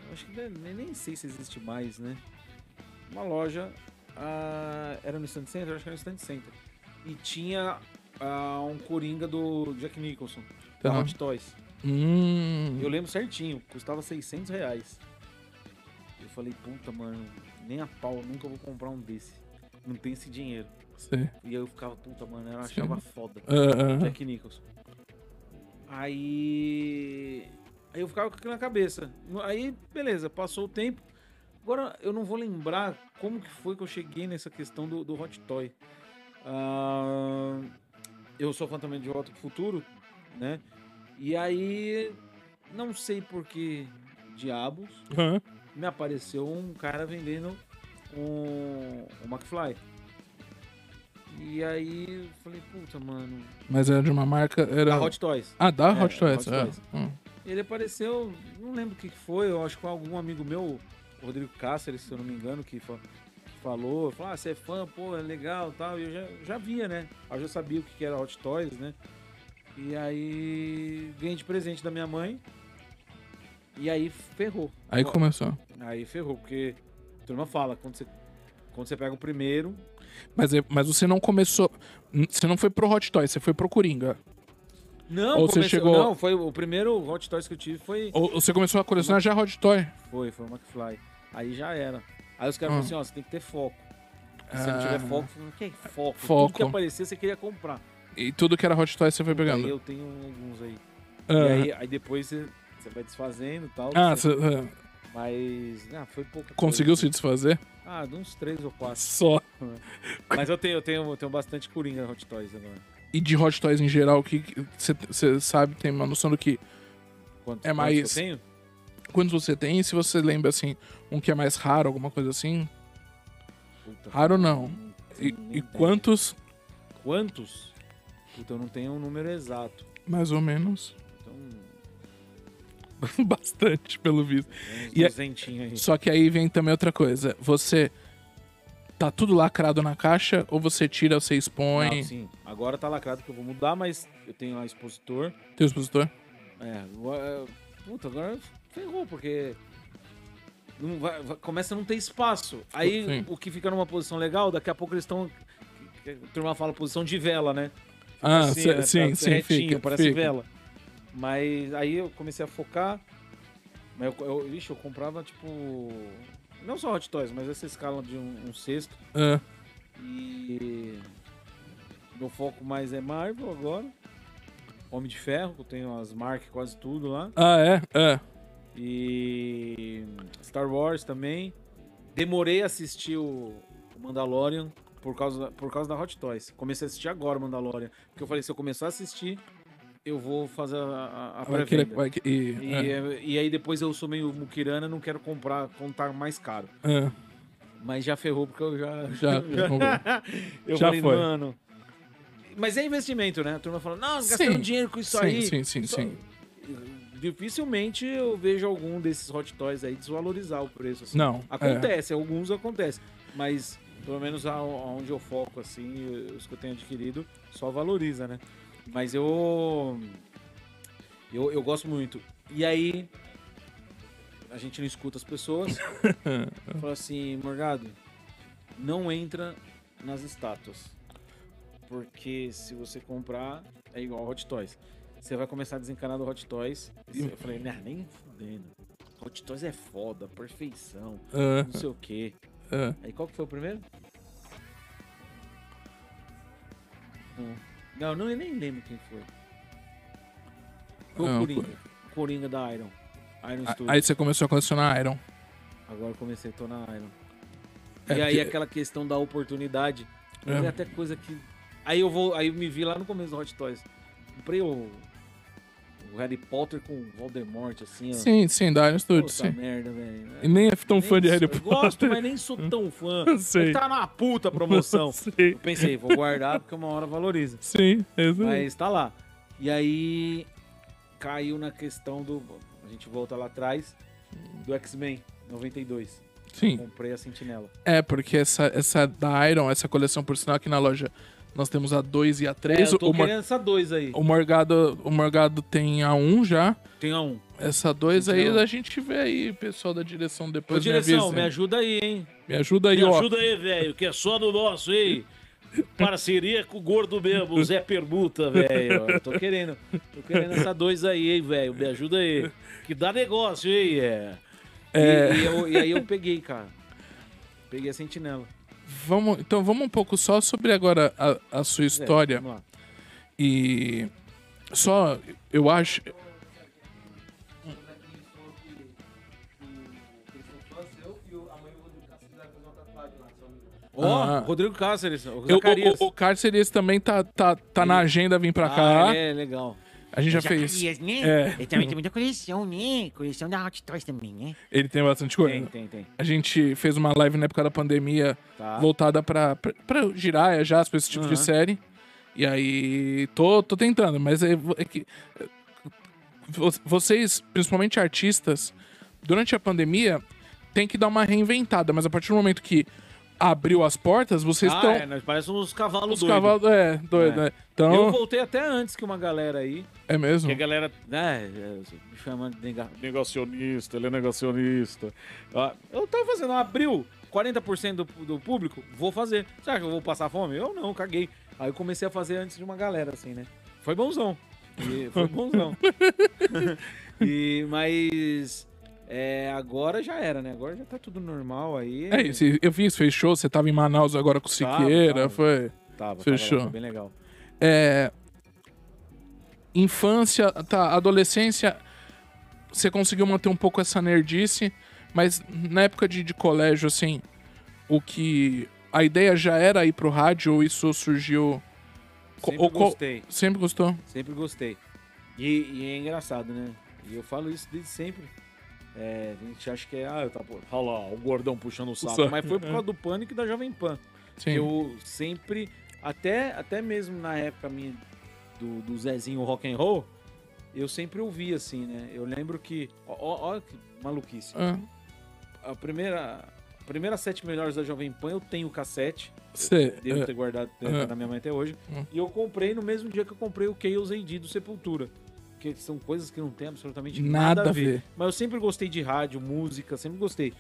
[SPEAKER 3] eu Acho que nem, nem sei se existe mais, né? Uma loja. ah, era no Stand Center? Acho que era no Stand Center. E tinha ah, um Coringa do Jack Nicholson, da
[SPEAKER 1] Tá.
[SPEAKER 3] Hot Toys.
[SPEAKER 1] Hum.
[SPEAKER 3] Eu lembro certinho, custava 600 reais. Eu falei, puta, mano, nem a pau, nunca vou comprar um desse. Não tem esse dinheiro.
[SPEAKER 1] Sei.
[SPEAKER 3] E aí eu ficava, puta, mano, eu
[SPEAKER 1] Sim.
[SPEAKER 3] achava foda.
[SPEAKER 1] Ah, ah,
[SPEAKER 3] Jack Nicholson. Aí. Aí eu ficava com aquilo na cabeça. Aí, beleza, passou o tempo. Agora eu não vou lembrar como que foi que eu cheguei nessa questão do, do Hot Toy. Ah, eu sou fã também de Volta pro Futuro, né? E aí, não sei por que diabos,
[SPEAKER 1] ah.
[SPEAKER 3] me apareceu um cara vendendo um, um McFly. E aí eu falei, puta, mano,
[SPEAKER 1] Mas era de uma marca. Era...
[SPEAKER 3] da Hot Toys.
[SPEAKER 1] Ah, da
[SPEAKER 3] É,
[SPEAKER 1] Hot Toys.
[SPEAKER 3] Hot
[SPEAKER 1] é.
[SPEAKER 3] Toys.
[SPEAKER 1] Hum.
[SPEAKER 3] Ele apareceu, não lembro o que que foi, eu acho que foi algum amigo meu, o Rodrigo Cáceres, se eu não me engano, que, fa- que falou, falou, ah, você é fã, pô, é legal e tal. E eu já, já via, né? Aí Eu já sabia o que que era Hot Toys, né? E aí ganhei de presente da minha mãe. E aí ferrou.
[SPEAKER 1] Aí
[SPEAKER 3] Ó,
[SPEAKER 1] começou.
[SPEAKER 3] Aí ferrou, porque a turma fala, quando você, quando você pega o primeiro,
[SPEAKER 1] Mas, é- mas você não começou. n- Você não foi pro Hot Toys, você foi pro Coringa.
[SPEAKER 3] Não,
[SPEAKER 1] Ou você
[SPEAKER 3] comecei-
[SPEAKER 1] chegou-
[SPEAKER 3] Não, foi o primeiro Hot Toys que eu tive foi,
[SPEAKER 1] Ou ou você começou a colecionar já Hot Toy.
[SPEAKER 3] foi, foi o McFly. Aí já era. Aí os caras falaram assim, ó, você tem que ter foco. Se você não
[SPEAKER 1] Hum. Ah.
[SPEAKER 3] tiver foco, eu falei, o que é foco?
[SPEAKER 1] Foco.
[SPEAKER 3] Tudo que aparecer, você queria comprar.
[SPEAKER 1] E tudo que era Hot Toys você foi
[SPEAKER 3] Aí
[SPEAKER 1] pegando.
[SPEAKER 3] eu tenho alguns aí.
[SPEAKER 1] Ah,
[SPEAKER 3] E aí, aí depois você, você vai desfazendo e tal.
[SPEAKER 1] ah,
[SPEAKER 3] você-
[SPEAKER 1] você ah,
[SPEAKER 3] Mas, ah, foi pouco.
[SPEAKER 1] conseguiu se desfazer?
[SPEAKER 3] Ah, de uns três ou quatro.
[SPEAKER 1] Só.
[SPEAKER 3] Mas eu tenho, eu tenho, eu tenho bastante Coringa Hot Toys agora.
[SPEAKER 1] E de Hot Toys em geral, o que que você- você sabe, tem uma noção do que.
[SPEAKER 3] Quantos,
[SPEAKER 1] É
[SPEAKER 3] quantos
[SPEAKER 1] mais-
[SPEAKER 3] que eu tenho?
[SPEAKER 1] Quantos você tem? E se você lembra, assim, um que é mais raro, alguma coisa assim?
[SPEAKER 3] Puta,
[SPEAKER 1] Raro não.
[SPEAKER 3] não
[SPEAKER 1] E,
[SPEAKER 3] tenho nem
[SPEAKER 1] e
[SPEAKER 3] ideia.
[SPEAKER 1] quantos?
[SPEAKER 3] Quantos? Puta, eu não tenho um número exato.
[SPEAKER 1] Mais ou menos.
[SPEAKER 3] Então,
[SPEAKER 1] Bastante, pelo visto.
[SPEAKER 3] uns
[SPEAKER 1] E é- a-
[SPEAKER 3] duzentinho aí.
[SPEAKER 1] Só que aí vem também outra coisa. Você. Tá tudo lacrado na caixa ou você tira, você expõe?
[SPEAKER 3] Não, sim. Agora tá lacrado que eu vou mudar, mas eu tenho lá expositor.
[SPEAKER 1] Tem o expositor?
[SPEAKER 3] É, agora- puta, agora ferrou, porque não vai- vai- começa a não ter espaço. Aí
[SPEAKER 1] Sim.
[SPEAKER 3] o que fica numa posição legal, daqui a pouco eles estão. que- que A turma fala posição de vela, né?
[SPEAKER 1] Ah,
[SPEAKER 3] Assim,
[SPEAKER 1] cê-
[SPEAKER 3] é,
[SPEAKER 1] sim,
[SPEAKER 3] tá
[SPEAKER 1] sim,
[SPEAKER 3] retinho,
[SPEAKER 1] fica.
[SPEAKER 3] parece
[SPEAKER 1] fica.
[SPEAKER 3] vela. Mas aí eu comecei a focar. Mas eu, eu, ixi, eu comprava, tipo. Não só Hot Toys, mas essa escala de um, um sexto.
[SPEAKER 1] Ah,
[SPEAKER 3] E. Meu foco mais é Marvel agora. Homem de Ferro, que eu tenho as marcas quase tudo lá.
[SPEAKER 1] ah, é? Ah.
[SPEAKER 3] E. Star Wars também. Demorei a assistir o o Mandalorian por causa, por causa da Hot Toys. Comecei a assistir agora o Mandalorian. Porque eu falei, se eu começar a assistir, eu vou fazer a, a, a
[SPEAKER 1] Vai querer-
[SPEAKER 3] pré-venda.
[SPEAKER 1] vai é. que- e- ah,
[SPEAKER 3] E, eh, e aí depois eu sou meio muquirana, não quero comprar, contar mais caro.
[SPEAKER 1] ah, ah.
[SPEAKER 3] Mas já ferrou porque eu já.
[SPEAKER 1] Já- já comprou.
[SPEAKER 3] eu
[SPEAKER 1] Já
[SPEAKER 3] falei,
[SPEAKER 1] foi.
[SPEAKER 3] mano. Mas é investimento, né? A turma fala, não, gastando
[SPEAKER 1] Sim,
[SPEAKER 3] dinheiro com isso
[SPEAKER 1] sim,
[SPEAKER 3] aí.
[SPEAKER 1] sim, sim,
[SPEAKER 3] Só-
[SPEAKER 1] sim.
[SPEAKER 3] Dificilmente eu vejo algum desses hot toys aí desvalorizar o preço. assim.
[SPEAKER 1] Não. é.
[SPEAKER 3] Acontece, alguns acontecem. Mas pelo menos a- aonde eu foco, assim, os que eu tenho adquirido, só valoriza, né? Mas eu. Eu, eu gosto muito. E aí. A gente não escuta as pessoas. fala assim, Morgado, não entra nas estátuas. Porque se você comprar, é igual ao Hot Toys. Você vai começar a desencanar do Hot Toys. Eu falei, "Nah, nem fudendo. Hot Toys é foda, perfeição,
[SPEAKER 1] Ah,
[SPEAKER 3] não sei o quê.
[SPEAKER 1] ah.
[SPEAKER 3] Aí qual que foi o primeiro? Hum. Não, não, eu nem lembro quem foi. Foi
[SPEAKER 1] Não,
[SPEAKER 3] o Coringa. Coringa da Iron. Iron Studio.
[SPEAKER 1] A- Aí você começou a colecionar Iron.
[SPEAKER 3] Agora eu comecei, tô na Iron.
[SPEAKER 1] É,
[SPEAKER 3] e aí
[SPEAKER 1] porque-
[SPEAKER 3] aquela questão da oportunidade.
[SPEAKER 1] É.
[SPEAKER 3] É. até coisa que. Aí eu vou. Aí eu me vi lá no começo do Hot Toys. Comprei o. o Harry Potter com o Voldemort, assim, ó.
[SPEAKER 1] Sim, sim, da Iron Studios,
[SPEAKER 3] Puta
[SPEAKER 1] sim.
[SPEAKER 3] merda, velho.
[SPEAKER 1] E nem é tão fã de
[SPEAKER 3] Nem
[SPEAKER 1] Harry
[SPEAKER 3] sou-
[SPEAKER 1] Potter.
[SPEAKER 3] Gosto, mas nem sou tão fã.
[SPEAKER 1] Sei.
[SPEAKER 3] Ele tá na puta promoção.
[SPEAKER 1] Sim,
[SPEAKER 3] Eu pensei, vou guardar porque uma hora valoriza.
[SPEAKER 1] sim, é isso aí.
[SPEAKER 3] Mas tá lá. E aí caiu na questão do. A gente volta lá atrás. Do X-Men 92.
[SPEAKER 1] Sim.
[SPEAKER 3] Comprei a sentinela.
[SPEAKER 1] É, porque essa, essa da Iron, essa coleção, por sinal, aqui na loja nós temos a 2 e a 3.
[SPEAKER 3] É, eu tô
[SPEAKER 1] o, Mor-
[SPEAKER 3] querendo essa 2 aí.
[SPEAKER 1] o Morgado, o Morgado tem a 1 já.
[SPEAKER 3] Tem a 1. Um.
[SPEAKER 1] Essa 2 aí
[SPEAKER 3] Entendeu?
[SPEAKER 1] a gente vê aí, pessoal da direção,
[SPEAKER 3] Ô,
[SPEAKER 1] depois me
[SPEAKER 3] direção,
[SPEAKER 1] avisa.
[SPEAKER 3] me ajuda aí, hein?
[SPEAKER 1] Me ajuda aí,
[SPEAKER 4] Me
[SPEAKER 1] ó.
[SPEAKER 4] ajuda aí, velho, que é só do nosso, hein? Parceria com o gordo mesmo, o Zé Permuta, velho.
[SPEAKER 3] Eu tô querendo. Tô querendo essa 2 aí, hein, velho. Me ajuda aí.
[SPEAKER 4] Que dá negócio, hein? É.
[SPEAKER 1] É.
[SPEAKER 3] E, e eu- e aí eu peguei, cara. Peguei a sentinela.
[SPEAKER 1] Vamos, então vamos um pouco só sobre agora a, a sua
[SPEAKER 3] É,
[SPEAKER 1] história.
[SPEAKER 3] vamos lá.
[SPEAKER 1] E só, eu acho.
[SPEAKER 3] Ó,
[SPEAKER 1] Ah.
[SPEAKER 3] Rodrigo Cáceres. O
[SPEAKER 1] Eu,
[SPEAKER 3] Zacarias.
[SPEAKER 1] o, o, o Carceres também tá, tá, tá na agenda vir pra cá.
[SPEAKER 3] Ah, é, legal.
[SPEAKER 1] A gente já fez.
[SPEAKER 5] Zacarias, né?
[SPEAKER 1] É.
[SPEAKER 5] Ele também tem muita coleção, né? Coleção da Hot Toys também, né?
[SPEAKER 1] Ele tem bastante coisa.
[SPEAKER 3] Tem, tem, tem.
[SPEAKER 1] A gente fez uma live na época da pandemia
[SPEAKER 3] Tá.
[SPEAKER 1] voltada pra, pra, pra Jiraya, Jasper, esse tipo de
[SPEAKER 3] Aham.
[SPEAKER 1] série. E aí, tô, tô tentando, mas é, vo- é que... é, vo- Vocês, principalmente artistas, durante a pandemia, tem que dar uma reinventada. Mas a partir do momento que abriu as portas, vocês
[SPEAKER 3] ah,
[SPEAKER 1] estão...
[SPEAKER 3] é, nós parece uns cavalos
[SPEAKER 1] os
[SPEAKER 3] doidos.
[SPEAKER 1] cavalos... É, doido,
[SPEAKER 3] É.
[SPEAKER 1] é. Então,
[SPEAKER 3] Eu voltei até antes que uma galera aí.
[SPEAKER 1] é mesmo.
[SPEAKER 4] Que a galera
[SPEAKER 3] Né, é, me chamando de nega-
[SPEAKER 4] negacionista, ele é negacionista.
[SPEAKER 3] Ah, Eu tava fazendo, abriu 40% do, do público, vou fazer. Você acha que eu vou passar fome? Eu não, caguei. Aí eu comecei a fazer antes de uma galera, assim, né? Foi bonzão. E foi bonzão. e, mas é, agora já era, né? Agora já tá tudo normal aí.
[SPEAKER 1] É isso, eu vi, você fez show, você tava em Manaus agora com o
[SPEAKER 3] Tava,
[SPEAKER 1] Siqueira,
[SPEAKER 3] tava.
[SPEAKER 1] foi...
[SPEAKER 3] Tava,
[SPEAKER 1] Fechou.
[SPEAKER 3] Fechou. bem legal.
[SPEAKER 1] é, infância, tá, adolescência, você conseguiu manter um pouco essa nerdice, mas na época de, de colégio, assim, o que. A ideia já era ir pro rádio ou isso surgiu. Co-
[SPEAKER 3] Sempre
[SPEAKER 1] ou co-
[SPEAKER 3] gostei.
[SPEAKER 1] Sempre gostou?
[SPEAKER 3] Sempre gostei. E, e é engraçado, né? E eu falo isso desde sempre. É, a gente acha que é, ah, eu tá, pô, olha lá, o gordão puxando o saco.
[SPEAKER 1] saco.
[SPEAKER 3] Mas foi por causa do pânico e da Jovem Pan.
[SPEAKER 1] Sim.
[SPEAKER 3] Eu sempre, até, até mesmo na época minha do, do Zezinho rock and roll, eu sempre ouvi assim, né? Eu lembro que, ó, ó, ó que maluquice.
[SPEAKER 1] Ah,
[SPEAKER 3] A primeira, a primeira sete melhores da Jovem Pan eu tenho o cassete.
[SPEAKER 1] cê-
[SPEAKER 3] Devo
[SPEAKER 1] é,
[SPEAKER 3] ter guardado
[SPEAKER 1] É.
[SPEAKER 3] dentro da minha mãe até hoje.
[SPEAKER 1] Hum.
[SPEAKER 3] E eu comprei no mesmo dia que eu comprei o Chaos AD do Sepultura. Que são coisas que não tem absolutamente nada, a ver. Mas eu sempre gostei de rádio, música, sempre gostei.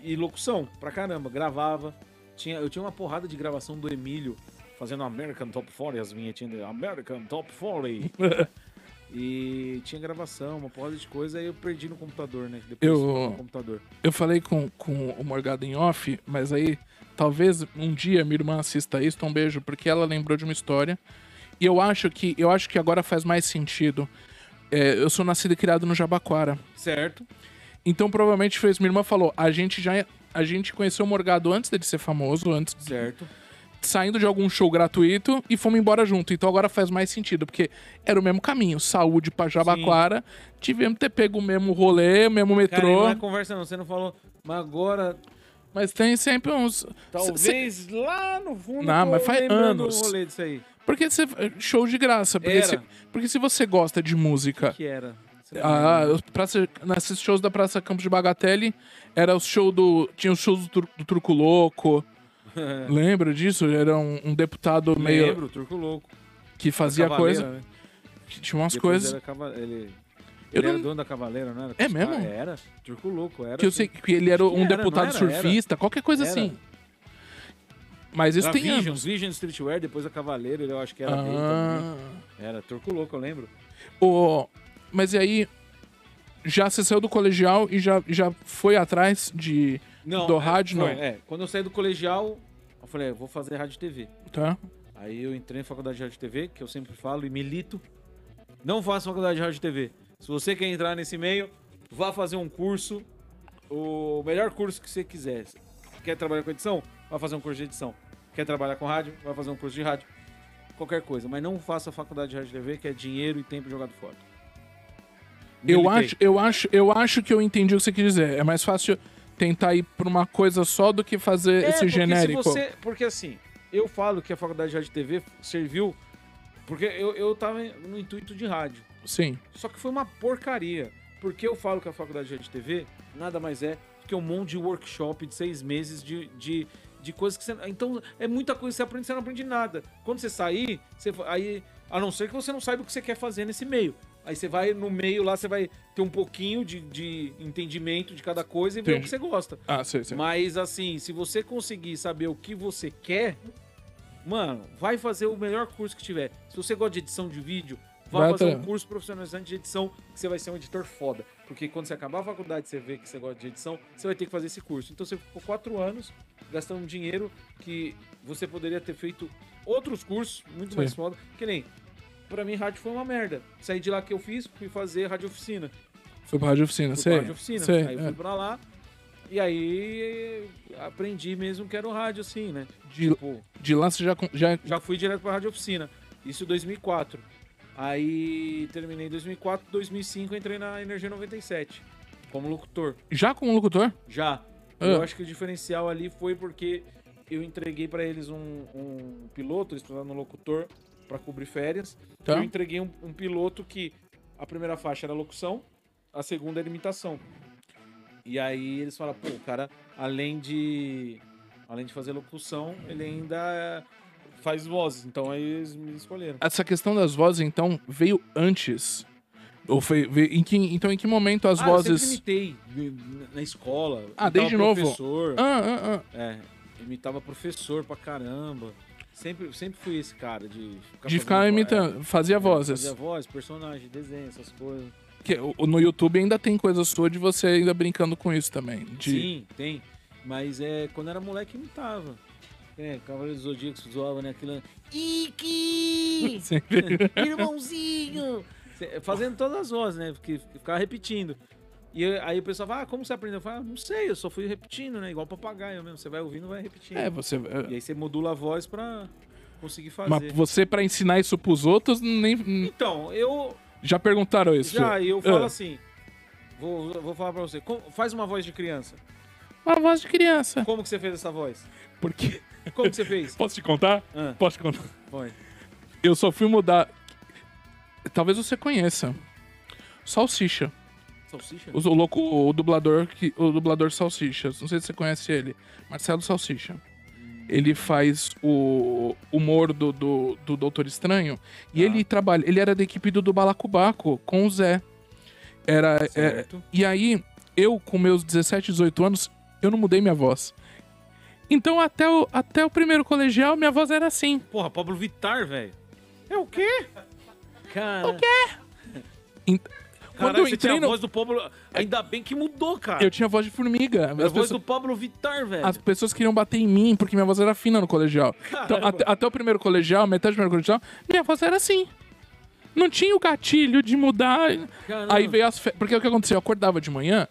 [SPEAKER 3] E locução, pra caramba, gravava. Tinha, eu tinha uma porrada de gravação do Emílio fazendo American Top 40, as vinhetinhas dele. American Top 40. e tinha gravação, uma porrada de coisa, aí eu perdi no computador, né? Depois
[SPEAKER 1] Eu-
[SPEAKER 3] comprei um computador.
[SPEAKER 1] Eu falei com, com o Morgado em off, mas aí talvez um dia minha irmã assista isso, então um beijo, porque ela lembrou de uma história. E eu acho que eu acho que agora faz mais sentido. É, eu sou nascido e criado no Jabaquara.
[SPEAKER 3] Certo.
[SPEAKER 1] Então provavelmente fez. Minha irmã falou: a gente já. é, A gente conheceu o Morgado antes dele ser famoso, antes
[SPEAKER 3] Certo.
[SPEAKER 1] saindo de algum show gratuito e fomos embora junto. Então agora faz mais sentido, porque era o mesmo caminho. Saúde pra Jabaquara, tivemos que ter pego o mesmo rolê, o mesmo
[SPEAKER 3] Cara, e
[SPEAKER 1] metrô.
[SPEAKER 3] não é conversa não, você não falou, mas agora
[SPEAKER 1] Mas tem sempre uns.
[SPEAKER 3] Talvez
[SPEAKER 1] cê-
[SPEAKER 3] lá no fundo.
[SPEAKER 1] Não,
[SPEAKER 3] tô
[SPEAKER 1] mas faz
[SPEAKER 3] lembrando
[SPEAKER 1] anos.
[SPEAKER 3] o rolê disso aí.
[SPEAKER 1] Porque você, show de graça. Porque
[SPEAKER 3] Era.
[SPEAKER 1] se, porque se você gosta de música.
[SPEAKER 3] Que era. Você
[SPEAKER 1] Ah, os praça, nesses shows da Praça Campos de Bagatelle, era o show do. Tinha os shows do, Tur- do Turco Louco. Lembra disso? Era um, um deputado meio
[SPEAKER 3] É. Lembro, o Turco Louco.
[SPEAKER 1] que fazia
[SPEAKER 3] Cavaleira,
[SPEAKER 1] coisa.
[SPEAKER 3] né?
[SPEAKER 1] que tinha umas
[SPEAKER 3] Depois
[SPEAKER 1] coisas.
[SPEAKER 3] Era cava... Ele,
[SPEAKER 1] Eu
[SPEAKER 3] ele era
[SPEAKER 1] não-
[SPEAKER 3] dono da Cavaleira, não era?
[SPEAKER 1] É mesmo?
[SPEAKER 3] Ah, era. Turco Louco, era. assim.
[SPEAKER 1] Que eu
[SPEAKER 3] sim.
[SPEAKER 1] sei que ele era
[SPEAKER 3] Acho que
[SPEAKER 1] um
[SPEAKER 3] era,
[SPEAKER 1] deputado
[SPEAKER 3] não era?
[SPEAKER 1] surfista, qualquer coisa
[SPEAKER 3] Era.
[SPEAKER 1] assim. Mas isso
[SPEAKER 3] Era
[SPEAKER 1] tem
[SPEAKER 3] Vision,
[SPEAKER 1] anos.
[SPEAKER 3] Vision Ah, Streetwear, depois a Cavaleira, eu acho que era dele também.
[SPEAKER 1] Ah.
[SPEAKER 3] Era Turco Louco, eu lembro.
[SPEAKER 1] O... Mas e aí, já você saiu do colegial e já, já foi atrás de.
[SPEAKER 3] Não,
[SPEAKER 1] Do
[SPEAKER 3] é,
[SPEAKER 1] rádio,
[SPEAKER 3] foi,
[SPEAKER 1] não.
[SPEAKER 3] É, quando eu saí do colegial, eu falei, eu vou fazer rádio e TV.
[SPEAKER 1] Tá?
[SPEAKER 3] Aí eu entrei na faculdade de rádio e TV, que eu sempre falo e milito. Não faça faculdade de rádio e TV. Se você quer entrar nesse meio, vá fazer um curso, o melhor curso que você quiser. Quer trabalhar com edição? Vá fazer um curso de edição. Quer trabalhar com rádio? Vá fazer um curso de rádio. Qualquer coisa, mas não faça faculdade de rádio e TV, que é dinheiro e tempo jogado fora.
[SPEAKER 1] Eu
[SPEAKER 3] Militei. É,
[SPEAKER 1] acho, eu, acho, eu acho que eu entendi o que você quer dizer. É mais fácil tentar ir pra uma coisa só do que fazer
[SPEAKER 3] É, porque
[SPEAKER 1] esse
[SPEAKER 3] se
[SPEAKER 1] genérico.
[SPEAKER 3] você- porque assim, eu falo que a faculdade de rádio e TV serviu porque eu, eu tava no intuito de rádio.
[SPEAKER 1] Sim.
[SPEAKER 3] Só que foi uma porcaria. Porque eu falo que a faculdade de rádio e TV nada mais é que um monte de workshop de seis meses de, de, de coisas que você. Então, é muita coisa que você aprende, você não aprende nada. Quando você sair, você fa- aí. A não ser que você não saiba o que você quer fazer nesse meio. Aí você vai no meio lá, você vai ter um pouquinho de, de entendimento de cada coisa e ver o que
[SPEAKER 1] Entendi.
[SPEAKER 3] você gosta.
[SPEAKER 1] Ah, sei, sei.
[SPEAKER 3] Mas assim, se você conseguir saber o que você quer, mano, vai fazer o melhor curso que tiver. Se você gosta de edição de vídeo, vá
[SPEAKER 1] Vai
[SPEAKER 3] fazer um
[SPEAKER 1] atrás.
[SPEAKER 3] curso profissionalizante de edição, que você vai ser um editor foda. Porque quando você acabar a faculdade e você vê que você gosta de edição, você vai ter que fazer esse curso. Então você ficou quatro anos gastando dinheiro que você poderia ter feito outros cursos muito
[SPEAKER 1] Sim.
[SPEAKER 3] mais foda. Que nem, pra mim, rádio foi uma merda. Saí de lá que eu fiz, fui fazer rádio oficina
[SPEAKER 1] Fui pra rádio oficina,
[SPEAKER 3] fui
[SPEAKER 1] sei.
[SPEAKER 3] pra rádio oficina.
[SPEAKER 1] sei,
[SPEAKER 3] aí eu
[SPEAKER 1] é.
[SPEAKER 3] fui pra lá. E aí aprendi mesmo que era o rádio, assim, né?
[SPEAKER 1] De-
[SPEAKER 3] Tipo,
[SPEAKER 1] De lá você já, con- já
[SPEAKER 3] já fui direto pra rádio oficina. Isso em 2004. Aí terminei em 2004, 2005 entrei na Energia 97 como locutor.
[SPEAKER 1] Já com o locutor?
[SPEAKER 3] Já.
[SPEAKER 1] Ah.
[SPEAKER 3] Eu acho que o diferencial ali foi porque eu entreguei pra eles um, um piloto, eles precisavam de um locutor pra cobrir férias.
[SPEAKER 1] Tá.
[SPEAKER 3] Eu entreguei um, um piloto que a primeira faixa era locução, a segunda era imitação. E aí eles falaram, pô, o cara, além de além de fazer locução, ele ainda faz vozes. Então aí eles me escolheram.
[SPEAKER 1] Essa questão das vozes, então, veio antes. Ou foi, veio- em que, então, em que momento as
[SPEAKER 3] Ah, Eu
[SPEAKER 1] vozes.
[SPEAKER 3] sempre imitei n- na escola.
[SPEAKER 1] Ah,
[SPEAKER 3] imitava
[SPEAKER 1] desde novo.
[SPEAKER 3] Professor.
[SPEAKER 1] Ah, ah, ah.
[SPEAKER 3] É, imitava professor pra caramba. Sempre, sempre fui esse cara de ficar,
[SPEAKER 1] De
[SPEAKER 3] fazendo
[SPEAKER 1] ficar
[SPEAKER 3] voz.
[SPEAKER 1] imitando, fazia
[SPEAKER 3] É,
[SPEAKER 1] vozes.
[SPEAKER 3] Fazia voz, personagem, desenho, essas coisas.
[SPEAKER 1] Que, o- no YouTube ainda tem coisa sua de você ainda brincando com isso também. De...
[SPEAKER 3] Sim, tem. Mas é, quando era moleque, imitava. É, Cavaleiro dos Zodíacos zoava, né? Aquilo,
[SPEAKER 5] Ike! Irmãozinho!
[SPEAKER 3] Cê- fazendo todas as vozes, né? Porque ficava repetindo. E eu- aí o pessoal fala, ah, como você aprendeu? Eu falo, ah, não sei, eu só fui repetindo, né? Igual papagaio mesmo. Você vai ouvindo, vai repetindo.
[SPEAKER 1] É, você.
[SPEAKER 3] E aí você modula a voz pra conseguir fazer.
[SPEAKER 1] Mas você, pra ensinar isso pros outros, nem.
[SPEAKER 3] Então, eu,
[SPEAKER 1] Já perguntaram isso.
[SPEAKER 3] Já, e eu falo
[SPEAKER 1] Ah.
[SPEAKER 3] assim. Vou, vou falar pra você. como- faz uma voz de criança.
[SPEAKER 1] Uma voz de criança.
[SPEAKER 3] Como que você fez essa voz?
[SPEAKER 1] Porque.
[SPEAKER 3] Como que você fez?
[SPEAKER 1] Posso te contar?
[SPEAKER 3] Ah,
[SPEAKER 1] Posso te contar?
[SPEAKER 3] foi.
[SPEAKER 1] Eu só fui mudar. Talvez você conheça. Salsicha.
[SPEAKER 3] Salsicha?
[SPEAKER 1] O, o louco, o dublador, que, o dublador Salsicha. Não sei se você conhece ele. Marcelo Salsicha. Ele faz o humor do, do, do Doutor Estranho. E ele trabalha. Ele era da equipe do, do Balacubaco com o Zé. Era, é-
[SPEAKER 3] Certo.
[SPEAKER 1] e aí, eu, com meus 17, 18 anos, eu não mudei minha voz. Então, até o, até o primeiro colegial, minha voz era assim.
[SPEAKER 3] Porra, Pablo Vittar, velho. É o quê? Cara. O quê?
[SPEAKER 1] Em-
[SPEAKER 3] Quando
[SPEAKER 1] Quando eu
[SPEAKER 3] você tinha
[SPEAKER 1] entrei
[SPEAKER 3] a
[SPEAKER 1] no.
[SPEAKER 3] voz do Pablo. Ainda bem que mudou, cara.
[SPEAKER 1] Eu tinha voz de formiga.
[SPEAKER 3] a
[SPEAKER 1] As
[SPEAKER 3] voz
[SPEAKER 1] pessoas-
[SPEAKER 3] do Pablo Vittar, velho.
[SPEAKER 1] As pessoas queriam bater em mim porque minha voz era fina no colegial. Então, até, até o primeiro colegial, metade do primeiro colegial, minha voz era assim. Não tinha o gatilho de mudar.
[SPEAKER 3] Caramba.
[SPEAKER 1] Aí veio as. fe- Porque o que aconteceu? Eu acordava de manhã,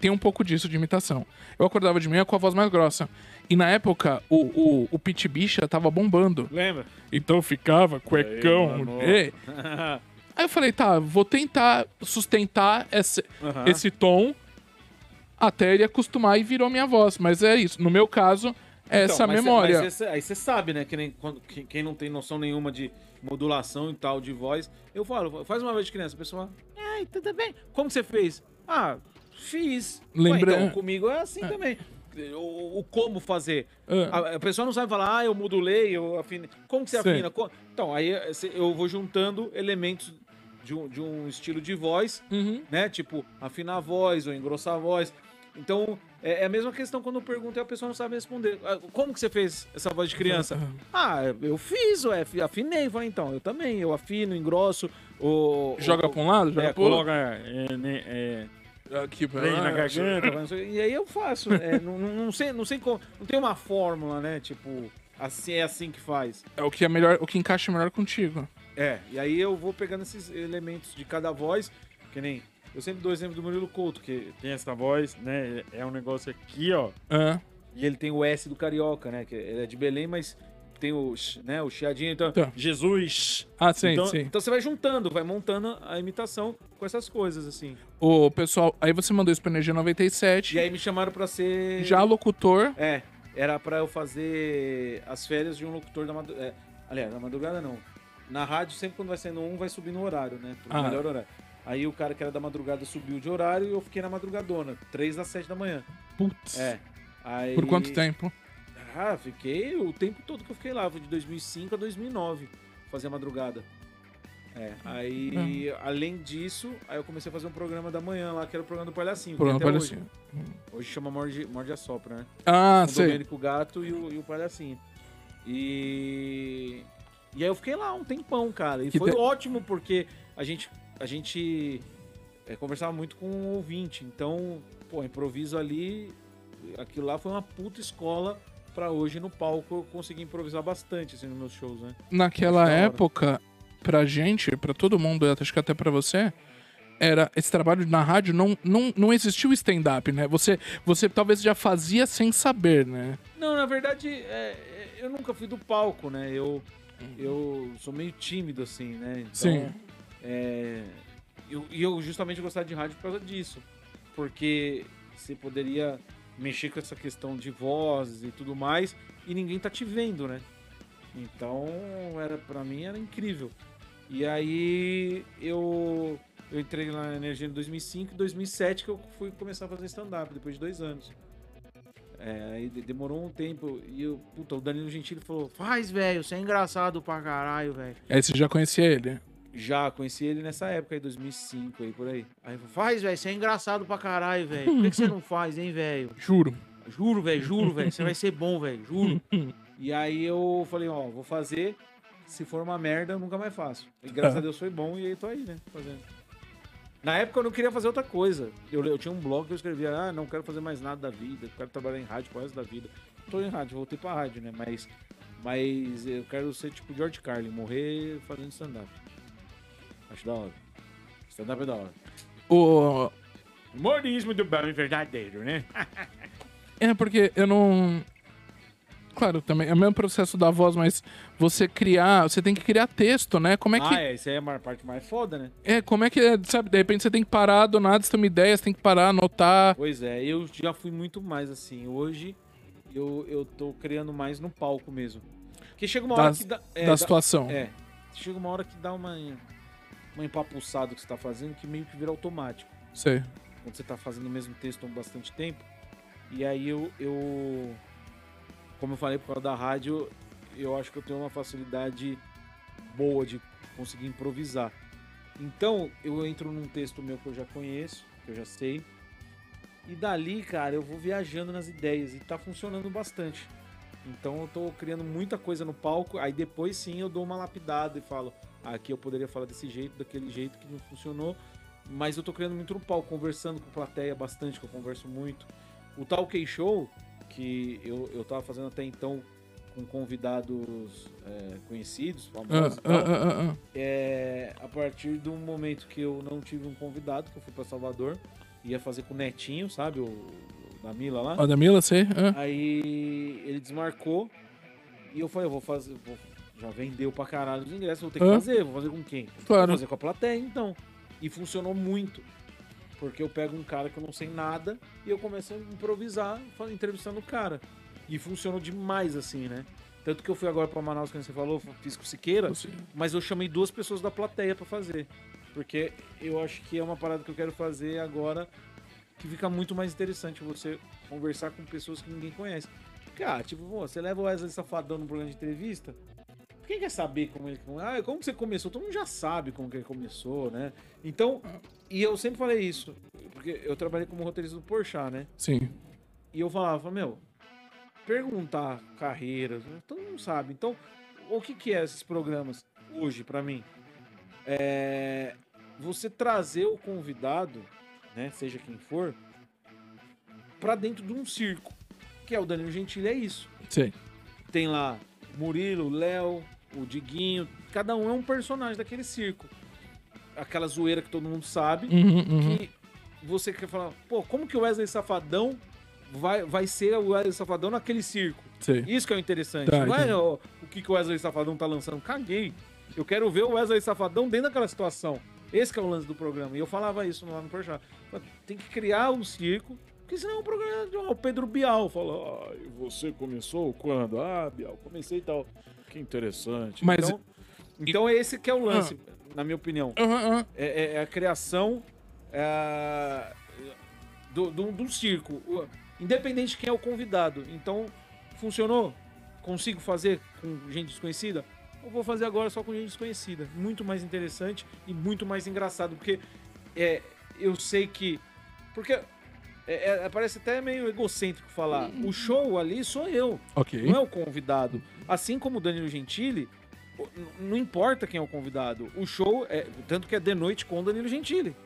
[SPEAKER 1] tem um pouco disso de imitação. Eu acordava de manhã com a voz mais grossa. E na época, o, o, o Pit Bicha tava bombando.
[SPEAKER 3] Lembra?
[SPEAKER 1] Então eu ficava cuecão. é. Aí eu falei, tá, vou tentar sustentar esse,
[SPEAKER 3] Aham.
[SPEAKER 1] esse tom até ele acostumar e virou minha voz. Mas é isso. No meu caso, é
[SPEAKER 3] Então,
[SPEAKER 1] essa
[SPEAKER 3] mas cê-
[SPEAKER 1] memória.
[SPEAKER 3] mas cê- aí você sabe, né? Que nem quando, que- quem não tem noção nenhuma de modulação e tal de voz. Eu falo, faz uma vez de criança, a pessoa fala, ai, tudo bem. Como você fez? Ah, fiz. Ué,
[SPEAKER 1] Lembra-
[SPEAKER 3] então, comigo é assim também. O, o como fazer.
[SPEAKER 1] Ah.
[SPEAKER 3] A, a pessoa não sabe falar, ah, eu modulei, eu afinei. Como que você
[SPEAKER 1] Sei.
[SPEAKER 3] afina? Co- Então, aí eh, cê- eu vou juntando elementos de um, de um estilo de voz
[SPEAKER 1] Uhum.
[SPEAKER 3] né? Tipo, afinar a voz ou engrossar a voz. Então, é é a mesma questão quando eu pergunto e a pessoa não sabe responder. Ah, Como que você fez essa voz de criança? Ah, eu fiz, ué, fi- afinei. Falei, então, eu também, eu afino, engrosso. Ou,
[SPEAKER 1] Joga
[SPEAKER 3] ou,
[SPEAKER 1] pra um lado, joga
[SPEAKER 3] é,
[SPEAKER 1] pro outro.
[SPEAKER 3] coloca é, né, é, ah,
[SPEAKER 1] Aqui, ah, pra
[SPEAKER 4] Prende na
[SPEAKER 1] lá.
[SPEAKER 4] garganta.
[SPEAKER 3] não sei, E aí eu faço. é, não, não- não sei, não sei como. Não tem uma fórmula, né? Tipo, assim, é assim que faz.
[SPEAKER 1] É o que é melhor, o que encaixa melhor contigo.
[SPEAKER 3] É, e aí eu vou pegando esses elementos de cada voz, que nem. Eu sempre dou exemplo do Murilo Couto, que
[SPEAKER 4] Tem essa voz, né?
[SPEAKER 3] é
[SPEAKER 4] É um negócio aqui, ó.
[SPEAKER 1] Ah,
[SPEAKER 3] E ele tem o S do carioca, né? Que ele é de Belém, mas tem o, chi- né, o chiadinho, então...
[SPEAKER 1] Tá.
[SPEAKER 4] Jesus.
[SPEAKER 1] Ah, sim,
[SPEAKER 4] Então-
[SPEAKER 1] sim.
[SPEAKER 3] Então você vai juntando, vai montando a imitação com essas coisas, assim.
[SPEAKER 1] Ô, pessoal, aí você mandou isso pra Energia 97.
[SPEAKER 3] E aí me chamaram pra ser...
[SPEAKER 1] Já locutor.
[SPEAKER 3] É, era pra eu fazer as férias de um locutor da madrugada. aliás, na madrugada não. Na rádio, sempre quando vai saindo um, vai subir no horário, né? Pro
[SPEAKER 1] Ah.
[SPEAKER 3] melhor horário. Aí o cara que era da madrugada subiu de horário e eu fiquei na madrugadona, 3 às 7 da manhã.
[SPEAKER 1] Putz.
[SPEAKER 3] É. Aí-
[SPEAKER 1] Por quanto tempo?
[SPEAKER 3] Ah, fiquei o tempo todo que eu fiquei lá, foi de 2005 a 2009, fazer a madrugada. É, aí,
[SPEAKER 1] Ah.
[SPEAKER 3] além disso, aí eu comecei a fazer um programa da manhã lá, que era o programa do Palhacinho. que
[SPEAKER 1] Por ano
[SPEAKER 3] tem até
[SPEAKER 1] parecido.
[SPEAKER 3] Hoje, hoje chama Morde, Morde a Sopra, né?
[SPEAKER 1] Ah,
[SPEAKER 3] com o
[SPEAKER 1] sei.
[SPEAKER 3] Domênico Gato e o, e o Palhacinho. E... E aí eu fiquei lá um tempão, cara. E
[SPEAKER 1] Que
[SPEAKER 3] foi
[SPEAKER 1] te-
[SPEAKER 3] ótimo, porque a gente, a gente é, conversava muito com o ouvinte. Então, pô, improviso ali... Aquilo lá foi uma puta escola pra hoje no palco. Eu consegui improvisar bastante, assim, nos meus shows, né?
[SPEAKER 1] Naquela
[SPEAKER 3] Da hora.
[SPEAKER 1] época, pra gente, pra todo mundo, eu acho que até pra você, era esse trabalho na rádio não, não, não existia o stand-up, né? Você, você talvez já fazia sem saber, né?
[SPEAKER 3] Não, na verdade, é, é, eu nunca fui do palco, né? Eu, eu sou meio tímido, assim, né? Então,
[SPEAKER 1] Sim.
[SPEAKER 3] É, eu- e eu, justamente gostava de rádio por causa disso. Porque você poderia mexer com essa questão de vozes e tudo mais, e ninguém tá te vendo, né? Então, era para mim era incrível. E aí eu eu entrei na Energia em 2005 e 2007 que eu fui começar a fazer stand up depois de dois anos. É, aí de- demorou um tempo e eu, puta, o Danilo Gentili falou: "Faz, velho, você é engraçado pra caralho, velho".
[SPEAKER 1] Aí você já conhecia ele.
[SPEAKER 3] Já, conheci ele nessa época aí, 2005, aí, por aí. Aí ele falou, faz, velho, você é engraçado pra caralho, velho. Por que, que você não faz, hein, velho?
[SPEAKER 1] Juro.
[SPEAKER 3] Juro, velho, juro, velho. Você vai ser bom, velho, juro. E aí eu falei, ó, vou fazer. Se for uma merda, eu nunca mais faço. E graças a Deus foi bom e aí tô aí, né, fazendo. Na época eu não queria fazer outra coisa. Eu, eu tinha um blog que eu escrevia, ah, não quero fazer mais nada da vida, quero trabalhar em rádio pro resto da vida. Tô em rádio, voltei pra rádio, né, mas... Mas eu quero ser tipo George Carlin, morrer fazendo stand-up. Acho da hora. Stand-up é da hora.
[SPEAKER 1] O,
[SPEAKER 4] Humorismo do bem verdadeiro, né?
[SPEAKER 1] É, porque eu não. Claro, também é o mesmo processo da voz, mas você criar, você tem que criar texto, né? Como é que.
[SPEAKER 3] Ah, é, isso aí é a mar- parte mais foda, né?
[SPEAKER 1] é. como é que. é, Sabe, de repente você tem que parar do nada, você tem uma ideia, você tem que parar, anotar.
[SPEAKER 3] Pois é, eu já fui muito mais assim. Hoje eu, eu tô criando mais no palco mesmo. Porque chega uma hora
[SPEAKER 1] Das-
[SPEAKER 3] que dá. É,
[SPEAKER 1] da
[SPEAKER 3] dá-
[SPEAKER 1] situação.
[SPEAKER 3] é, chega uma hora que dá uma, uma empapuçada que você tá fazendo que meio que vira automático.
[SPEAKER 1] Sei.
[SPEAKER 3] quando você tá fazendo o mesmo texto há bastante tempo. E aí eu, eu como eu falei por causa da rádio, eu acho que eu tenho uma facilidade boa de conseguir improvisar. Então, eu entro num texto meu que eu já conheço, que eu já sei. E dali, cara, eu vou viajando nas ideias e tá funcionando bastante. Então eu tô criando muita coisa no palco, aí depois sim eu dou uma lapidada e falo, "Ah, aqui eu poderia falar desse jeito, daquele jeito que não funcionou, mas eu tô criando muito no palco, conversando com a plateia bastante, que eu converso muito. O Talk Show, que eu, eu tava fazendo até então com convidados é, conhecidos,
[SPEAKER 1] Ah,
[SPEAKER 3] famosos, e tal,
[SPEAKER 1] ah, ah, ah, ah.
[SPEAKER 3] é, a partir do momento que eu não tive um convidado, que eu fui pra Salvador, ia fazer com o Netinho, sabe, o, o da Mila lá.
[SPEAKER 1] Ó, da Mila, sei. Ah.
[SPEAKER 3] Aí ele desmarcou e eu falei, eu vou fazer. vou- já vendeu pra caralho os ingressos, vou ter que
[SPEAKER 1] Hã?
[SPEAKER 3] fazer, vou fazer com quem? Vou
[SPEAKER 1] Claro.
[SPEAKER 3] fazer com a plateia, então. E funcionou muito. Porque eu pego um cara que eu não sei nada e eu começo a improvisar fa- entrevistando o cara. E funcionou demais, assim, né? Tanto que eu fui agora pra Manaus, como você falou, fiz com o Siqueira, mas eu chamei duas pessoas da plateia pra fazer. Porque eu acho que é uma parada que eu quero fazer agora que fica muito mais interessante você conversar com pessoas que ninguém conhece. Cara, tipo, pô, você leva o Wesley Safadão no programa de entrevista, quem quer saber como ele. Ah, como você começou? Todo mundo já sabe como que ele começou, né? Então, e eu sempre falei isso, porque eu trabalhei como roteirista do Porchat, né?
[SPEAKER 1] Sim.
[SPEAKER 3] E eu falava, falava, meu, perguntar carreiras, né? todo mundo sabe. Então, o que que é esses programas hoje pra mim? É você trazer o convidado, né, seja quem for, pra dentro de um circo, que é o Danilo Gentili é isso.
[SPEAKER 1] Sei.
[SPEAKER 3] Tem lá Murilo, Léo, o Diguinho, cada um é um personagem daquele circo. Aquela zoeira que todo mundo sabe
[SPEAKER 1] Uhum, uhum.
[SPEAKER 3] que você quer falar, pô, como que o Wesley Safadão vai, vai ser o Wesley Safadão naquele circo?
[SPEAKER 1] Sei.
[SPEAKER 3] Isso que é o interessante.
[SPEAKER 1] Tá,
[SPEAKER 3] não é
[SPEAKER 1] entendi.
[SPEAKER 3] o, o que, que o Wesley Safadão tá lançando. Caguei. Eu quero ver o Wesley Safadão dentro daquela situação. Esse que é o lance do programa. E eu falava isso lá no Porchat. Falei, Tem que criar um circo, porque senão o programa... é O Pedro Bial falou, ah, e você começou quando? Ah, Bial, comecei e tal. Que interessante.
[SPEAKER 1] Mas- Ah.
[SPEAKER 3] Então, então é esse que é o lance, na minha opinião.
[SPEAKER 1] Aham, aham.
[SPEAKER 3] É, é- é a criação é, do, do, do circo. O- Independente de quem é o convidado. Então, funcionou? Consigo fazer com gente desconhecida? Eu vou fazer agora só com gente desconhecida. Muito mais interessante e muito mais engraçado. Porque é, eu sei que. Porque é- é- parece até meio egocêntrico falar. O show ali sou eu
[SPEAKER 1] Ok.
[SPEAKER 3] não é o convidado. Assim como o Danilo Gentili, o- n- não importa quem é o convidado. O show é. Tanto que é de noite com o Danilo Gentili.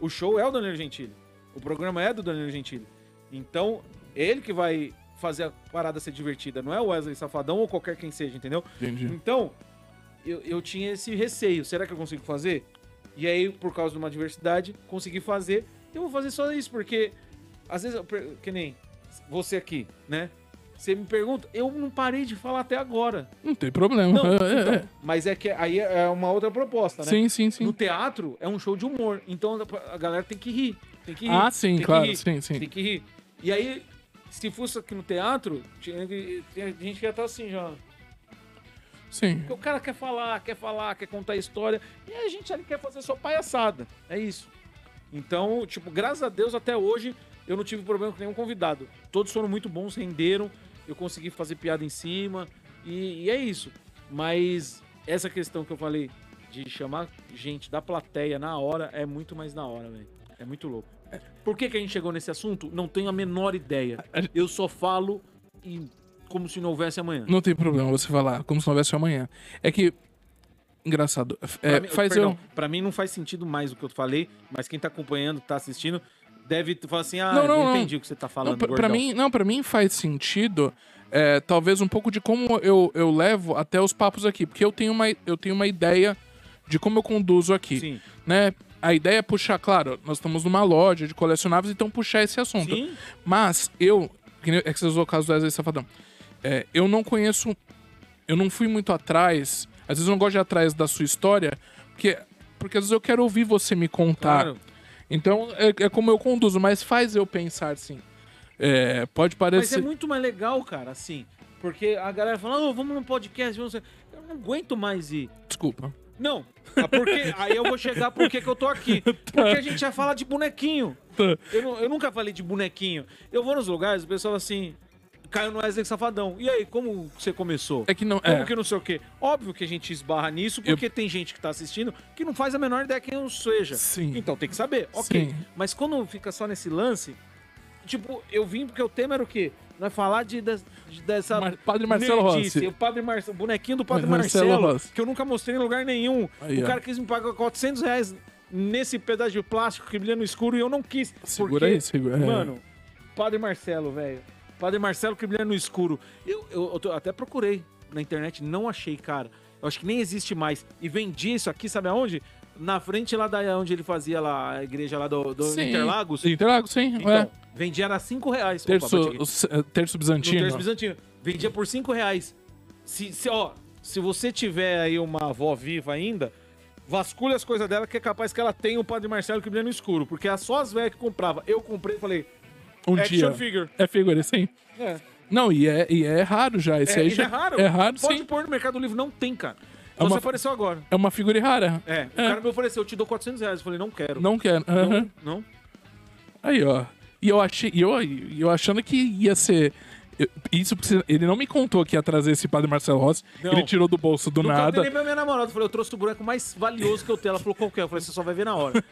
[SPEAKER 3] O show é o Danilo Gentili. O programa é do Danilo Gentili. Então, ele que vai fazer a parada ser divertida, não é o Wesley Safadão ou qualquer quem seja, entendeu?
[SPEAKER 1] Entendi.
[SPEAKER 3] Então, eu, eu tinha esse receio. Será que eu consigo fazer? E aí, por causa de uma diversidade, consegui fazer. Então, Eu vou fazer só isso, porque às vezes, eu per- que nem você aqui, né? Você me pergunta, eu não parei de falar até agora.
[SPEAKER 1] Não tem problema.
[SPEAKER 3] Não,
[SPEAKER 1] É, é, é.
[SPEAKER 3] Mas é que aí é uma outra proposta, né?
[SPEAKER 1] Sim, sim,
[SPEAKER 3] No
[SPEAKER 1] sim.
[SPEAKER 3] teatro é um show de humor, então a galera tem que rir. Tem que rir.
[SPEAKER 1] Ah, sim,
[SPEAKER 3] tem que
[SPEAKER 1] claro,
[SPEAKER 3] rir,
[SPEAKER 1] sim, sim.
[SPEAKER 3] Tem que rir. E aí, se fosse aqui no teatro, tinha, que- tinha gente que ia estar assim já.
[SPEAKER 1] Sim.
[SPEAKER 3] Porque o cara quer falar, quer falar, quer contar história. E a gente ali quer fazer só palhaçada. É isso. Então, tipo, graças a Deus até hoje eu não tive problema com nenhum convidado. Todos foram muito bons, renderam. Eu consegui fazer piada em cima. E, e é isso. Mas essa questão que eu falei de chamar gente da plateia na hora é muito mais na hora, velho. É muito louco. Por que, que a gente chegou nesse assunto? Não tenho a menor ideia. Eu só falo e como se não houvesse amanhã.
[SPEAKER 1] Não tem problema você falar como se não houvesse amanhã. É que. Engraçado. É,
[SPEAKER 3] Pra mim-
[SPEAKER 1] faz
[SPEAKER 3] perdão,
[SPEAKER 1] eu.
[SPEAKER 3] pra mim não faz sentido mais o que eu falei, mas quem tá acompanhando, tá assistindo, deve t- falar assim, ah,
[SPEAKER 1] Não,
[SPEAKER 3] não,
[SPEAKER 1] não, não.
[SPEAKER 3] entendi o que você tá falando,
[SPEAKER 1] Não, pra, pra
[SPEAKER 3] gordão.
[SPEAKER 1] mim, não, pra mim faz sentido. é, talvez um pouco de como eu, eu levo até os papos aqui. Porque eu tenho uma, eu tenho uma ideia de como eu conduzo aqui.
[SPEAKER 3] Sim.
[SPEAKER 1] Né? A ideia é puxar, claro, nós estamos numa loja de colecionáveis, então puxar esse assunto.
[SPEAKER 3] Sim,
[SPEAKER 1] Mas eu. que nem- É que você usou o caso do Wesley Safadão. É, eu não conheço. Eu não fui muito atrás. Às vezes eu não gosto de ir atrás da sua história, porque, porque às vezes eu quero ouvir você me contar.
[SPEAKER 3] claro.
[SPEAKER 1] Então é, é como eu conduzo, mas faz eu pensar sim. É, pode
[SPEAKER 3] Mas
[SPEAKER 1] parecer.
[SPEAKER 3] é muito mais legal, cara, assim. Porque a galera fala, ô, vamos no podcast, vamos... Eu não aguento mais ir.
[SPEAKER 1] Desculpa.
[SPEAKER 3] Não, ah, porque aí eu vou chegar por que que eu tô aqui.
[SPEAKER 1] Tá.
[SPEAKER 3] Porque a gente já fala de bonequinho. Eu, nu- eu nunca falei de bonequinho. Eu vou nos lugares, o pessoal fala assim, caiu no Wesley Safadão. E aí, como você começou?
[SPEAKER 1] É que não.
[SPEAKER 3] Como
[SPEAKER 1] É,
[SPEAKER 3] que não sei o quê? Óbvio que a gente esbarra nisso, porque tem gente que tá assistindo que não faz a menor ideia quem eu seja.
[SPEAKER 1] Sim.
[SPEAKER 3] Então tem que saber, ok.
[SPEAKER 1] Sim.
[SPEAKER 3] Mas quando fica só nesse lance, tipo, eu vim porque o tema era o quê? Não é falar de, des- de- dessa.
[SPEAKER 1] Mar- Padre Marcelo
[SPEAKER 3] nerdice.
[SPEAKER 1] Rossi.
[SPEAKER 3] O Padre Marcelo, bonequinho do Padre
[SPEAKER 1] Mar-
[SPEAKER 3] Marcelo,
[SPEAKER 1] Marcelo Rossi.
[SPEAKER 3] que eu nunca mostrei em lugar nenhum.
[SPEAKER 1] Aí,
[SPEAKER 3] o
[SPEAKER 1] ó.
[SPEAKER 3] cara quis me pagar 400 reais nesse pedaço de plástico que brilha no escuro e eu não quis.
[SPEAKER 1] Segura
[SPEAKER 3] porque-
[SPEAKER 1] aí, segura. é.
[SPEAKER 3] Mano, Padre Marcelo, velho. Padre Marcelo que brilha no escuro. Eu, eu- eu tô- até procurei na internet, não achei, cara. Eu acho que nem existe mais. E vendi isso aqui, sabe aonde? Na frente lá da onde ele fazia lá, a igreja lá do, do
[SPEAKER 1] Sim.
[SPEAKER 3] Interlagos.
[SPEAKER 1] Interlagos, sim.
[SPEAKER 3] Então,
[SPEAKER 1] é.
[SPEAKER 3] vendia era 5 reais. Opa,
[SPEAKER 1] Terço,
[SPEAKER 3] bati aqui.
[SPEAKER 1] os- eh, terço
[SPEAKER 3] No
[SPEAKER 1] Bizantino.
[SPEAKER 3] Terço Bizantino. Vendia por 5 reais. Se, se, ó, se você tiver aí uma avó viva ainda, vasculha as coisas dela, que é capaz que ela tenha o Padre Marcelo que brilha no escuro. Porque é só as velhas que comprava. Eu comprei e falei,
[SPEAKER 1] Um
[SPEAKER 3] action
[SPEAKER 1] dia.
[SPEAKER 3] figure.
[SPEAKER 1] É figura, sim.
[SPEAKER 3] É.
[SPEAKER 1] Não, e é, e é raro já. Esse
[SPEAKER 3] É,
[SPEAKER 1] aí
[SPEAKER 3] e
[SPEAKER 1] já
[SPEAKER 3] é raro.
[SPEAKER 1] É raro,
[SPEAKER 3] Pode
[SPEAKER 1] sim.
[SPEAKER 3] pôr no Mercado Livre, não tem, cara. Então
[SPEAKER 1] É
[SPEAKER 3] Você
[SPEAKER 1] uma-
[SPEAKER 3] apareceu agora.
[SPEAKER 1] É uma figura rara.
[SPEAKER 3] É, o cara me ofereceu, eu te dou 400 reais. Eu falei, não quero.
[SPEAKER 1] Não Uhum. quero. Aham.
[SPEAKER 3] Não?
[SPEAKER 1] Aí, ó. E eu achei. e Eu, e eu achando que ia ser. eu- Isso porque você- ele não me contou que ia trazer esse padre Marcelo Rossi.
[SPEAKER 3] Não.
[SPEAKER 1] Ele tirou do bolso do
[SPEAKER 3] Não
[SPEAKER 1] nada.
[SPEAKER 3] contei nem pra minha namorada. Eu falei, eu trouxe o boneco mais valioso que eu tenho. Ela falou, qual que é? Eu falei, você só vai ver na hora.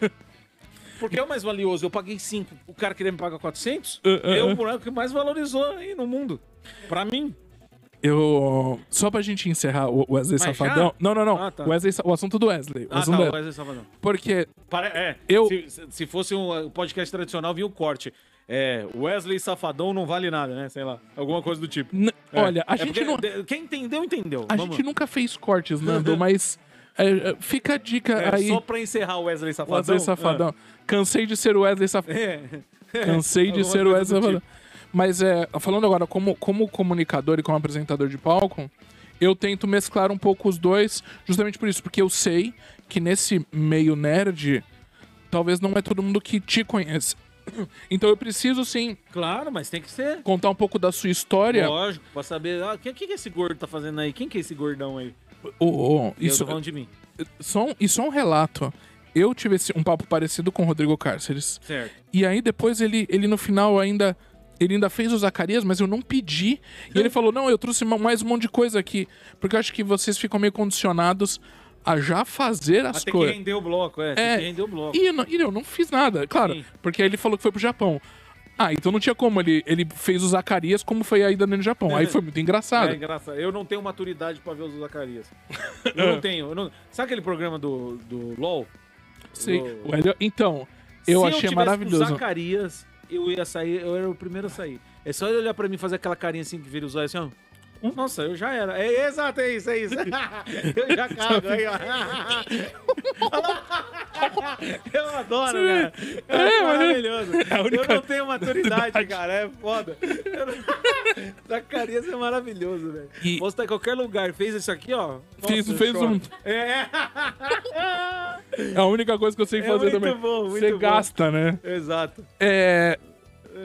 [SPEAKER 3] Porque é o mais valioso. Eu paguei 5. O cara queria me pagar 400.
[SPEAKER 1] Uh, uh,
[SPEAKER 3] é
[SPEAKER 1] uh.
[SPEAKER 3] o boneco que mais valorizou aí no mundo. Pra mim.
[SPEAKER 1] Eu. Só pra gente encerrar o o Wesley
[SPEAKER 3] Mas
[SPEAKER 1] Safadão.
[SPEAKER 3] já?
[SPEAKER 1] Não, não, não.
[SPEAKER 3] Ah, tá.
[SPEAKER 1] Wesley Sa- o assunto do Wesley. O
[SPEAKER 3] Ah,
[SPEAKER 1] assunto
[SPEAKER 3] tá.
[SPEAKER 1] do-
[SPEAKER 3] O Wesley Safadão.
[SPEAKER 1] Porque.
[SPEAKER 3] Para, é,
[SPEAKER 1] um Eu-
[SPEAKER 3] se, se fosse um podcast tradicional, vinha o corte. É, Wesley Safadão não vale nada, né? Sei lá. Alguma coisa do tipo.
[SPEAKER 1] n-
[SPEAKER 3] É.
[SPEAKER 1] Olha, a
[SPEAKER 3] É
[SPEAKER 1] gente
[SPEAKER 3] porque
[SPEAKER 1] não.
[SPEAKER 3] de- Quem entendeu, entendeu.
[SPEAKER 1] A
[SPEAKER 3] Vamos.
[SPEAKER 1] gente nunca fez cortes, Nando, mas. é, é, fica a dica
[SPEAKER 3] É,
[SPEAKER 1] aí.
[SPEAKER 3] Só pra encerrar o Wesley Safadão.
[SPEAKER 1] Wesley Safadão. Cansei de ser o Wesley Safadão.
[SPEAKER 3] É. É.
[SPEAKER 1] Cansei de
[SPEAKER 3] Alguma
[SPEAKER 1] ser o
[SPEAKER 3] coisa do tipo.
[SPEAKER 1] Wesley Safadão. Mas é, falando agora como, como comunicador e como apresentador de palco, eu tento mesclar um pouco os dois, justamente por isso, porque eu sei que nesse meio nerd, talvez não é todo mundo que te conhece. Então eu preciso sim
[SPEAKER 3] Claro, mas tem que ser.
[SPEAKER 1] contar um pouco da sua história.
[SPEAKER 3] Lógico, pra saber. Ah, o que, que que esse gordo tá fazendo aí? Quem que é esse gordão aí?
[SPEAKER 1] Ô, ô, isso, é
[SPEAKER 3] Isso. Eu tô falando de mim.
[SPEAKER 1] só um, e só um relato. Eu tive esse- um papo parecido com o Rodrigo Cárceres.
[SPEAKER 3] Certo. Ah,
[SPEAKER 1] E aí depois ele, ele no final ainda. Ele ainda fez o Zacarias, mas eu não pedi. E ele falou: não, eu trouxe ma- mais um monte de coisa aqui. Porque eu acho que vocês ficam meio condicionados a já fazer as
[SPEAKER 3] Até que
[SPEAKER 1] coisas.
[SPEAKER 3] render o bloco, é. Tem
[SPEAKER 1] É.
[SPEAKER 3] que render o bloco.
[SPEAKER 1] E eu, não, e eu não fiz nada, é claro.
[SPEAKER 3] Sim.
[SPEAKER 1] Porque aí ele falou que foi pro Japão. Ah, então não tinha como. Ele, ele fez o Zacarias como foi a ida dele no Japão. Aí foi muito engraçado.
[SPEAKER 3] É engraçado. Eu não tenho maturidade pra ver os Zacarias. Eu não tenho. eu não- Sabe aquele programa do, do LOL?
[SPEAKER 1] Sim.
[SPEAKER 3] o-
[SPEAKER 1] O Helio- então, eu
[SPEAKER 3] Se eu
[SPEAKER 1] achei
[SPEAKER 3] tivesse Com
[SPEAKER 1] maravilhoso.
[SPEAKER 3] o Zacarias, eu ia sair, eu era o primeiro a sair. É só ele olhar pra mim e fazer aquela carinha assim que vira os olhos assim,
[SPEAKER 1] Hum?
[SPEAKER 3] ó. Nossa, eu já era. É, exato, é isso, é isso. eu já cago aí, ó. eu adoro, cara. É,
[SPEAKER 1] É, mas-
[SPEAKER 3] maravilhoso.
[SPEAKER 1] a única
[SPEAKER 3] Eu não tenho maturidade, cara. É foda. Eu não- Zacarias é maravilhoso, velho.
[SPEAKER 1] E-
[SPEAKER 3] Posso estar em qualquer lugar. Fez isso aqui, ó.
[SPEAKER 1] Fiz-
[SPEAKER 3] Nossa,
[SPEAKER 1] fez
[SPEAKER 3] eu choro.
[SPEAKER 1] um.
[SPEAKER 3] É.
[SPEAKER 1] É a única coisa que eu sei
[SPEAKER 3] É
[SPEAKER 1] fazer
[SPEAKER 3] muito
[SPEAKER 1] também.
[SPEAKER 3] bom, muito
[SPEAKER 1] Você
[SPEAKER 3] bom.
[SPEAKER 1] gasta, né?
[SPEAKER 3] Exato.
[SPEAKER 1] É,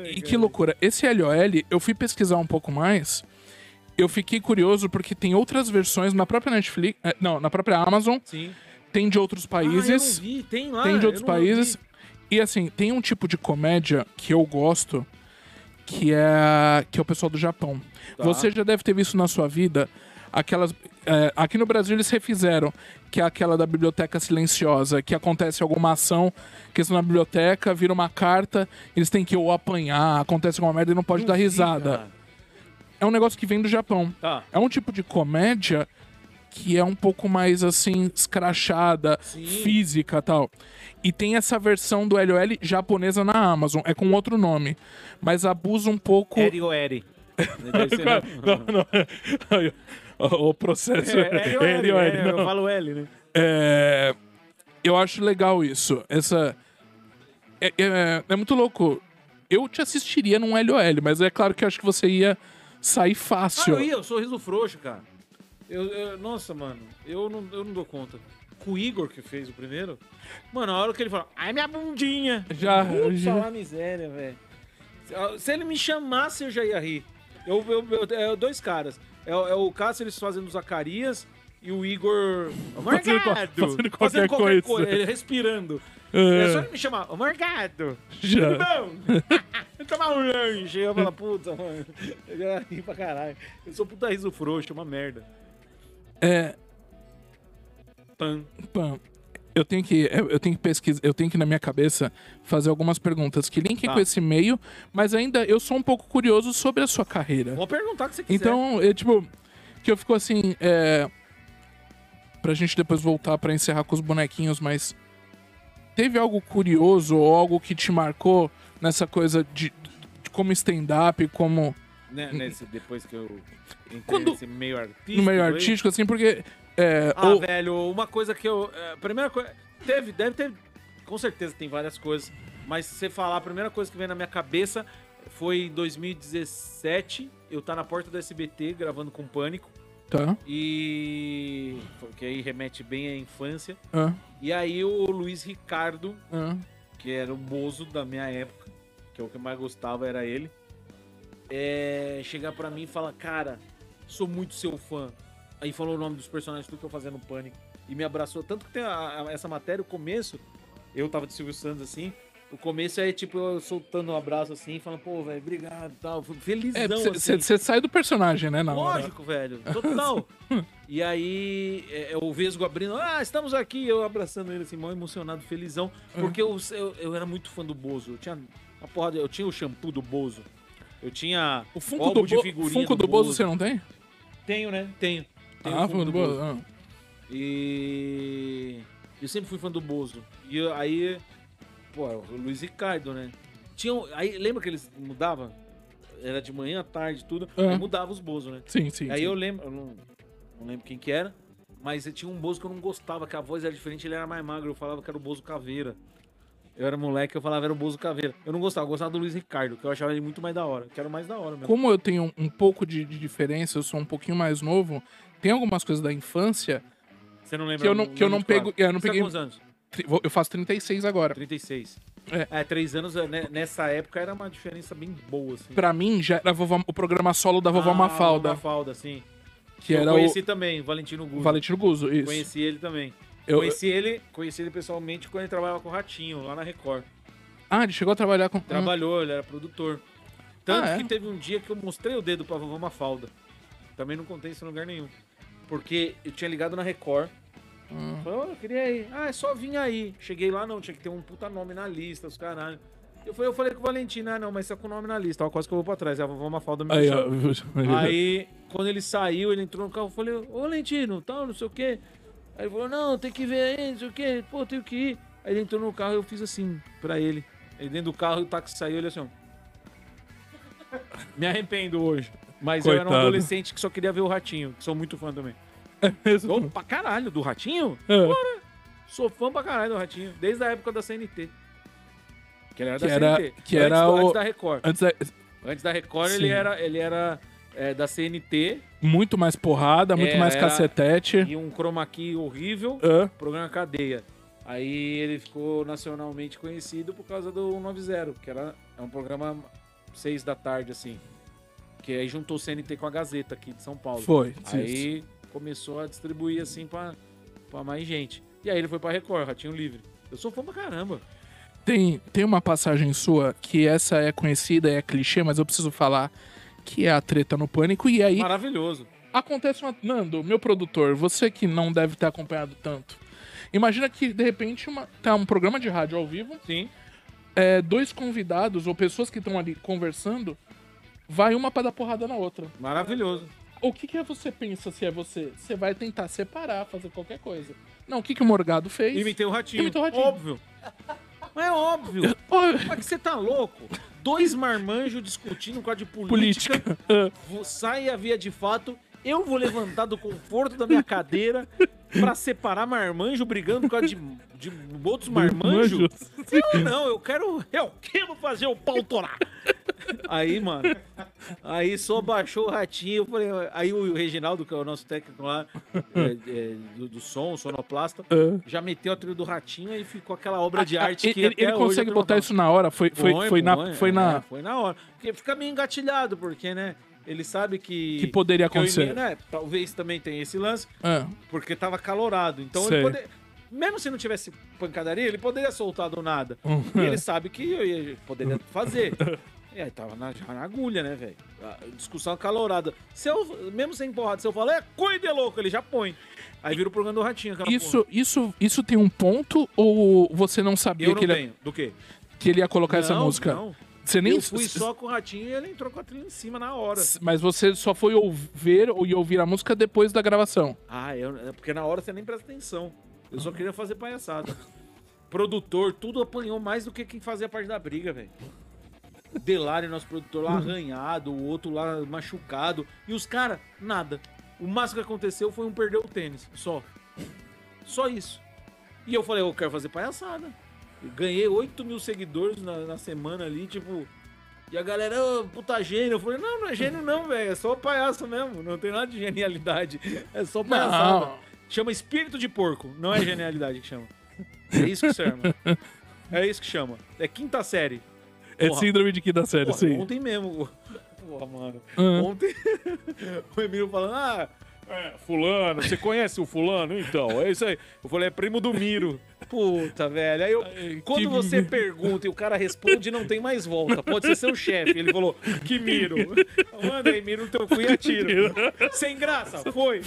[SPEAKER 1] E que loucura. Esse LOL, eu fui pesquisar um pouco mais. Eu fiquei curioso porque tem outras versões na própria Netflix. eh, Não, na própria Amazon.
[SPEAKER 3] Sim.
[SPEAKER 1] Tem de outros países.
[SPEAKER 3] Ah, eu não vi. Tem lá.
[SPEAKER 1] tem de
[SPEAKER 3] eu
[SPEAKER 1] outros
[SPEAKER 3] não
[SPEAKER 1] países.
[SPEAKER 3] vi.
[SPEAKER 1] E assim, tem um tipo de comédia que eu gosto, que é que é o pessoal do Japão.
[SPEAKER 3] Tá.
[SPEAKER 1] Você já deve ter visto na sua vida aquelas é, aqui no Brasil eles refizeram, que é aquela da biblioteca silenciosa, que acontece alguma ação, que eles estão na biblioteca, vira uma carta, eles têm que ou apanhar, acontece alguma merda e não pode dar risada. É um negócio que vem do Japão.
[SPEAKER 3] Tá.
[SPEAKER 1] É um tipo de comédia que é um pouco mais assim, escrachada, física e tal. E tem essa versão do LOL japonesa na Amazon, é com outro nome. Mas abusa um pouco.
[SPEAKER 3] Eri ou Eri? Deve ser, né?
[SPEAKER 1] Não, não. Aí, O o processo
[SPEAKER 3] É, Eri ou Eri,
[SPEAKER 1] L,
[SPEAKER 3] é,
[SPEAKER 1] não.
[SPEAKER 3] Eu falo L, né?
[SPEAKER 1] É, eu acho legal isso. Essa. É, é- é muito louco. Eu te assistiria num LOL, mas é claro que eu acho que você ia sair
[SPEAKER 3] Ah,
[SPEAKER 1] fácil.
[SPEAKER 3] eu ia, eu sou riso frouxo, cara. Eu, eu- nossa, mano, eu não, eu não dou conta. Com o Igor, que fez o primeiro, mano, a hora que ele fala, ai, minha bundinha.
[SPEAKER 1] Já,
[SPEAKER 3] Putz,
[SPEAKER 1] já.
[SPEAKER 3] falar miséria, velho. Se- ah, Se ele me chamasse, eu já ia rir. Eu, eu, eu- é dois caras. É, o- é o Cássio eles fazendo o Zacarias e o Igor. "Ô,
[SPEAKER 1] Fazendo
[SPEAKER 3] Morgado!
[SPEAKER 1] qual- fazendo qualquer coisa.
[SPEAKER 3] Ele respirando.
[SPEAKER 1] É.
[SPEAKER 3] É só ele me chamar, ô Morgado!
[SPEAKER 1] já.
[SPEAKER 3] Bom! tomar um lanche! Eu falo, puta, mano. Eu já ri pra caralho. Eu sou puta riso frouxo, uma merda.
[SPEAKER 1] É,
[SPEAKER 3] Pam.
[SPEAKER 1] Pam, eu tenho que eu eu tenho que pesquisar, eu tenho que na minha cabeça fazer algumas perguntas que linkem
[SPEAKER 3] Tá.
[SPEAKER 1] com esse e-mail, mas ainda eu sou um pouco curioso sobre a sua carreira.
[SPEAKER 3] Vou perguntar o que você quiser.
[SPEAKER 1] Então, eu, tipo, que eu fico assim, é pra gente depois voltar pra encerrar com os bonequinhos, mas teve algo curioso ou algo que te marcou nessa coisa de, de como stand-up, como
[SPEAKER 3] Né, nesse- depois que eu entrei
[SPEAKER 1] Quando-
[SPEAKER 3] nesse meio artístico.
[SPEAKER 1] no meio
[SPEAKER 3] aí-
[SPEAKER 1] artístico assim, porque é,
[SPEAKER 3] Ah,
[SPEAKER 1] ou-
[SPEAKER 3] velho, uma coisa que eu. é, primeira coisa. Teve, deve ter. Com certeza tem várias coisas. Mas se você falar, a primeira coisa que veio na minha cabeça foi em 2017. Eu tá na porta do SBT gravando com Pânico.
[SPEAKER 1] tá.
[SPEAKER 3] E. Que aí remete bem à infância.
[SPEAKER 1] ah,
[SPEAKER 3] E aí o Luiz Ricardo,
[SPEAKER 1] ah.
[SPEAKER 3] que era o mozo da minha época, que é o que eu mais gostava, era ele. É, chegar pra mim e falar, cara, sou muito seu fã. Aí falou o nome dos personagens, tudo que eu fazia no Pânico. E me abraçou. Tanto que tem a- a- essa matéria, o começo, eu tava de Silvio Santos assim. O começo é tipo eu soltando um abraço assim, falando, pô, velho, obrigado e tal. fui Felizão.
[SPEAKER 1] É, você
[SPEAKER 3] assim.
[SPEAKER 1] sai do personagem, né, na hora.
[SPEAKER 3] Lógico, velho. Total. e aí, é, é, o Vesgo abrindo. Ah, estamos aqui. Eu abraçando ele assim, mal emocionado, felizão. Porque eu, eu, eu era muito fã do Bozo. Eu tinha uma porrada. Eu tinha o shampoo do Bozo. Eu tinha
[SPEAKER 1] O Funko
[SPEAKER 3] álbum
[SPEAKER 1] do, Bo... Funko do Bozo você não tem?
[SPEAKER 3] Tenho, né? Tenho. Tenho
[SPEAKER 1] ah,
[SPEAKER 3] o
[SPEAKER 1] Funko do Bozo. ah.
[SPEAKER 3] E eu sempre fui fã do Bozo. E eu- aí, pô, o Luiz Ricardo, né? Tinha, um- aí lembra que eles mudavam? Era de manhã à tarde, tudo.
[SPEAKER 1] É.
[SPEAKER 3] Aí mudava os Bozo, né?
[SPEAKER 1] Sim, sim.
[SPEAKER 3] Aí
[SPEAKER 1] sim.
[SPEAKER 3] eu lembro, eu não, não lembro quem que era, mas tinha um Bozo que eu não gostava, que a voz era diferente, ele era mais magro, eu falava que era o Bozo Caveira. Eu era moleque, eu falava, era o Bozo Caveira. Eu não gostava, eu gostava do Luiz Ricardo, que eu achava ele muito mais da hora. Que era o mais da hora mesmo.
[SPEAKER 1] Como eu tenho um pouco de, de diferença, eu sou um pouquinho mais novo, tem algumas coisas da infância
[SPEAKER 3] Você não lembra?
[SPEAKER 1] que eu não,
[SPEAKER 3] o
[SPEAKER 1] que eu
[SPEAKER 3] nome
[SPEAKER 1] não
[SPEAKER 3] de quadro?
[SPEAKER 1] pego. Eu não
[SPEAKER 3] Você tá
[SPEAKER 1] peguei.
[SPEAKER 3] quantos anos?
[SPEAKER 1] tri- vou- Eu faço 36 agora.
[SPEAKER 3] 36.
[SPEAKER 1] É.
[SPEAKER 3] É. três anos, né, nessa época, era uma diferença bem boa, assim.
[SPEAKER 1] Pra mim, já era a vovó- o programa solo da vovó
[SPEAKER 3] Ah,
[SPEAKER 1] Mafalda,
[SPEAKER 3] Mafalda, sim.
[SPEAKER 1] que
[SPEAKER 3] eu
[SPEAKER 1] era
[SPEAKER 3] conheci também, Valentino
[SPEAKER 1] o
[SPEAKER 3] Guzzo.
[SPEAKER 1] Valentino Guzzo. Isso.
[SPEAKER 3] Conheci ele também.
[SPEAKER 1] Eu-
[SPEAKER 3] Conheci ele, conheci ele pessoalmente quando ele trabalhava com o Ratinho, lá na Record.
[SPEAKER 1] Ah, ele chegou a trabalhar com.
[SPEAKER 3] Trabalhou, ele era produtor. Tanto
[SPEAKER 1] Ah, é?
[SPEAKER 3] que teve um dia que eu mostrei o dedo pra vovó Mafalda. Também não contei isso em lugar nenhum. Porque eu tinha ligado na Record.
[SPEAKER 1] Hum.
[SPEAKER 3] Falei, olha, eu queria ir. Ah, é só vir aí. Cheguei lá, não, tinha que ter um puta nome na lista, os caralho. Eu falei, eu falei com o Valentino, ah, não, mas tá com o nome na lista. Ó, quase que eu vou pra trás. A vovó Mafalda me
[SPEAKER 1] Aí,
[SPEAKER 3] deixou.
[SPEAKER 1] ó.
[SPEAKER 3] Aí, quando ele saiu, ele entrou no carro, eu falei, ô Lentino, tal, não sei o quê. Aí ele falou, não, tem que ver aí, não sei o quê, pô, tenho que ir. Aí ele entrou no carro e eu fiz assim pra ele. Ele dentro do carro, o táxi saiu, ele assim, ó. Me arrependo hoje. Mas eu era um
[SPEAKER 1] Coitado.
[SPEAKER 3] adolescente que só queria ver o Ratinho, que sou muito fã também.
[SPEAKER 1] Uhum.
[SPEAKER 3] Sou pra caralho do Ratinho?
[SPEAKER 1] É.
[SPEAKER 3] Sou fã pra caralho do Ratinho, desde a época da CNT. Que ele era
[SPEAKER 1] Que
[SPEAKER 3] da
[SPEAKER 1] era-
[SPEAKER 3] CNT.
[SPEAKER 1] que
[SPEAKER 3] antes,
[SPEAKER 1] era
[SPEAKER 3] do-
[SPEAKER 1] o-
[SPEAKER 3] antes da Record.
[SPEAKER 1] Antes é-
[SPEAKER 3] Antes da Record,
[SPEAKER 1] Sim.
[SPEAKER 3] ele era, ele era é, da CNT,
[SPEAKER 1] muito mais porrada, muito
[SPEAKER 3] É,
[SPEAKER 1] mais
[SPEAKER 3] era-
[SPEAKER 1] cacetete.
[SPEAKER 3] e um chroma key horrível,
[SPEAKER 1] Hã?
[SPEAKER 3] programa Cadeia. Aí ele ficou nacionalmente conhecido por causa do 190, que era é um programa seis da tarde assim. Que aí juntou o CNT com a Gazeta aqui de São Paulo.
[SPEAKER 1] Foi. isso.
[SPEAKER 3] Aí começou a distribuir assim pra, pra mais gente. E aí ele foi pra Record, Ratinho Livre. Eu sou fã pra caramba.
[SPEAKER 1] Tem, tem uma passagem sua que essa é conhecida, é clichê, mas eu preciso falar que é a treta no pânico. E aí
[SPEAKER 3] Maravilhoso.
[SPEAKER 1] acontece uma. Nando, meu produtor, você que não deve ter acompanhado tanto. Imagina que, de repente, uma, tá um programa de rádio ao vivo,
[SPEAKER 3] Sim.
[SPEAKER 1] é, dois convidados ou pessoas que estão ali conversando, vai uma pra dar porrada na outra.
[SPEAKER 3] Maravilhoso.
[SPEAKER 1] O que, que é você pensa se é você? Você vai tentar separar, fazer qualquer coisa. Não, o que, que o Morgado fez?
[SPEAKER 3] Imitei o ratinho.
[SPEAKER 1] Imitei o Ratinho.
[SPEAKER 3] Óbvio. Mas é óbvio.
[SPEAKER 1] Ó,
[SPEAKER 3] Mas que você tá louco? Dois marmanjos discutindo com a de política.
[SPEAKER 1] política.
[SPEAKER 3] Vou- Sai a via de fato. Eu vou levantar do conforto da minha cadeira pra separar marmanjo brigando com a de, de outros marmanjos. Eu não, eu quero. Eu quero fazer o pau torar. Aí, mano. Aí só baixou o ratinho. Eu falei, aí o Reginaldo, que é o nosso técnico lá, é, é, do, do som, sonoplasta, já meteu a trilha do ratinho e ficou aquela obra de arte
[SPEAKER 1] ele,
[SPEAKER 3] que.
[SPEAKER 1] ele-
[SPEAKER 3] até
[SPEAKER 1] ele
[SPEAKER 3] hoje
[SPEAKER 1] consegue
[SPEAKER 3] eu
[SPEAKER 1] botar
[SPEAKER 3] não-
[SPEAKER 1] isso na hora? Foi, foi,
[SPEAKER 3] Põe,
[SPEAKER 1] foi na.
[SPEAKER 3] põe,
[SPEAKER 1] foi
[SPEAKER 3] é,
[SPEAKER 1] na...
[SPEAKER 3] foi na hora. Porque fica meio engatilhado, porque, né? Ele sabe que.
[SPEAKER 1] Que poderia
[SPEAKER 3] eu
[SPEAKER 1] acontecer.
[SPEAKER 3] ia- né, Talvez também tenha esse lance,
[SPEAKER 1] Ah,
[SPEAKER 3] porque tava calorado. Então
[SPEAKER 1] Sei.
[SPEAKER 3] ele poderia. Mesmo se não tivesse pancadaria, ele poderia soltar do nada.
[SPEAKER 1] Uhum.
[SPEAKER 3] E ele sabe que eu ia- poderia fazer. E aí tava na, já na agulha, né, velho? A Discussão calorada. Se eu, mesmo sem porrada, se eu falar, é cuide louco, ele já põe. Aí vira o programa do ratinho, aquela porra.
[SPEAKER 1] Isso, isso, isso tem um ponto ou você não sabia
[SPEAKER 3] Eu não
[SPEAKER 1] que, ele,
[SPEAKER 3] tenho. Do quê?
[SPEAKER 1] que ele ia colocar é essa
[SPEAKER 3] Não,
[SPEAKER 1] música?
[SPEAKER 3] não.
[SPEAKER 1] Você nem
[SPEAKER 3] Eu fui só com o ratinho e ele entrou com a trilha em cima na hora.
[SPEAKER 1] Mas você só foi ouvir ou e ouvir a música depois da gravação.
[SPEAKER 3] Ah, eu, é porque na hora você nem presta atenção. Eu só queria fazer palhaçada. Produtor, tudo apanhou mais do que quem fazia parte da briga, velho. Delário, nosso produtor, lá arranhado, o outro lá machucado. E os caras, nada. O máximo que aconteceu foi um perder o tênis, só. Só isso. E eu falei, eu quero fazer palhaçada. Eu ganhei 8 mil seguidores na, na semana ali, tipo. E a galera, "Ô, puta gênio. Eu falei, não, não é gênio não, velho. É só palhaço mesmo. Não tem nada de genialidade. É só palhaçada.
[SPEAKER 1] Não.
[SPEAKER 3] Chama espírito de porco. Não é genialidade que chama. É isso que chama. É isso que chama. É quinta série.
[SPEAKER 1] É
[SPEAKER 3] Porra.
[SPEAKER 1] síndrome de quinta série,
[SPEAKER 3] Porra,
[SPEAKER 1] sim.
[SPEAKER 3] ontem mesmo. Porra, mano.
[SPEAKER 1] Hum.
[SPEAKER 3] Ontem o Emílio falando, ah,
[SPEAKER 4] É, fulano, você conhece o fulano? Então, é isso aí.
[SPEAKER 3] Eu falei, é primo do Miro. Puta, velho. Aí eu-
[SPEAKER 1] que
[SPEAKER 3] quando você
[SPEAKER 1] Miro.
[SPEAKER 3] pergunta e o cara responde, não tem mais volta. Pode ser seu chefe. Ele falou, que Miro. Manda aí, Miro, no teu cu e atiro. sem graça, foi.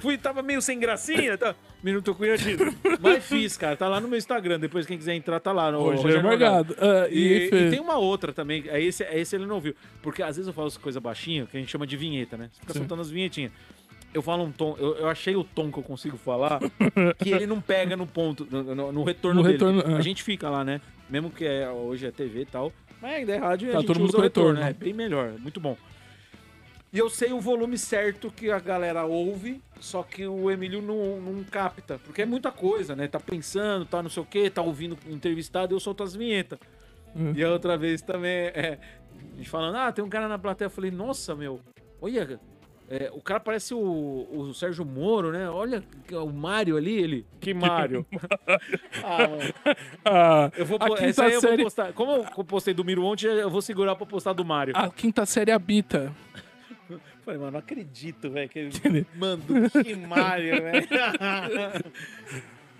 [SPEAKER 3] Fui, tava meio sem gracinha. Tá. Miro, no teu cu e atiro. Mas fiz, cara. Tá lá no meu Instagram. Depois, quem quiser entrar, tá lá. No
[SPEAKER 1] Rogério Morgado. é Ah,
[SPEAKER 3] E,
[SPEAKER 1] e,
[SPEAKER 3] e tem um uma outra também, é esse, é esse ele não ouviu. Porque às vezes eu falo essa coisa baixinha, que a gente chama de vinheta, né? Você fica soltando as vinhetinhas. Eu falo um tom, eu, eu achei o tom que eu consigo falar, que ele não pega no ponto, no, no- no retorno
[SPEAKER 1] No
[SPEAKER 3] dele.
[SPEAKER 1] retorno, é.
[SPEAKER 3] A gente fica lá, né? Mesmo que é- hoje é TV e tal, mas ainda é rádio e
[SPEAKER 1] Tá
[SPEAKER 3] a gente
[SPEAKER 1] todo mundo
[SPEAKER 3] usa
[SPEAKER 1] com
[SPEAKER 3] o retorno,
[SPEAKER 1] retorno.
[SPEAKER 3] né? É bem melhor, é muito bom. E eu sei o volume certo que a galera ouve, só que o Emílio não, não capta, porque é muita coisa, né? Tá pensando, tá não sei o quê, tá ouvindo o entrevistado, eu solto as vinhetas.
[SPEAKER 1] Uhum.
[SPEAKER 3] E a outra vez também, é, a gente falando, ah, tem um cara na plateia, eu falei, nossa, meu, olha, é, o cara parece o, o Sérgio Moro, né? Olha o Mário ali, ele...
[SPEAKER 4] Que Mário.
[SPEAKER 3] Ah, mano.
[SPEAKER 1] Ah,
[SPEAKER 3] Eu vou
[SPEAKER 1] a
[SPEAKER 3] po-
[SPEAKER 1] quinta
[SPEAKER 3] essa aí eu
[SPEAKER 1] série-
[SPEAKER 3] vou postar. Como eu postei do Miro ontem, eu vou segurar pra postar do Mário.
[SPEAKER 1] a quinta série habita.
[SPEAKER 4] Falei, mano, não acredito, velho. Que ele mandou que Mário, velho.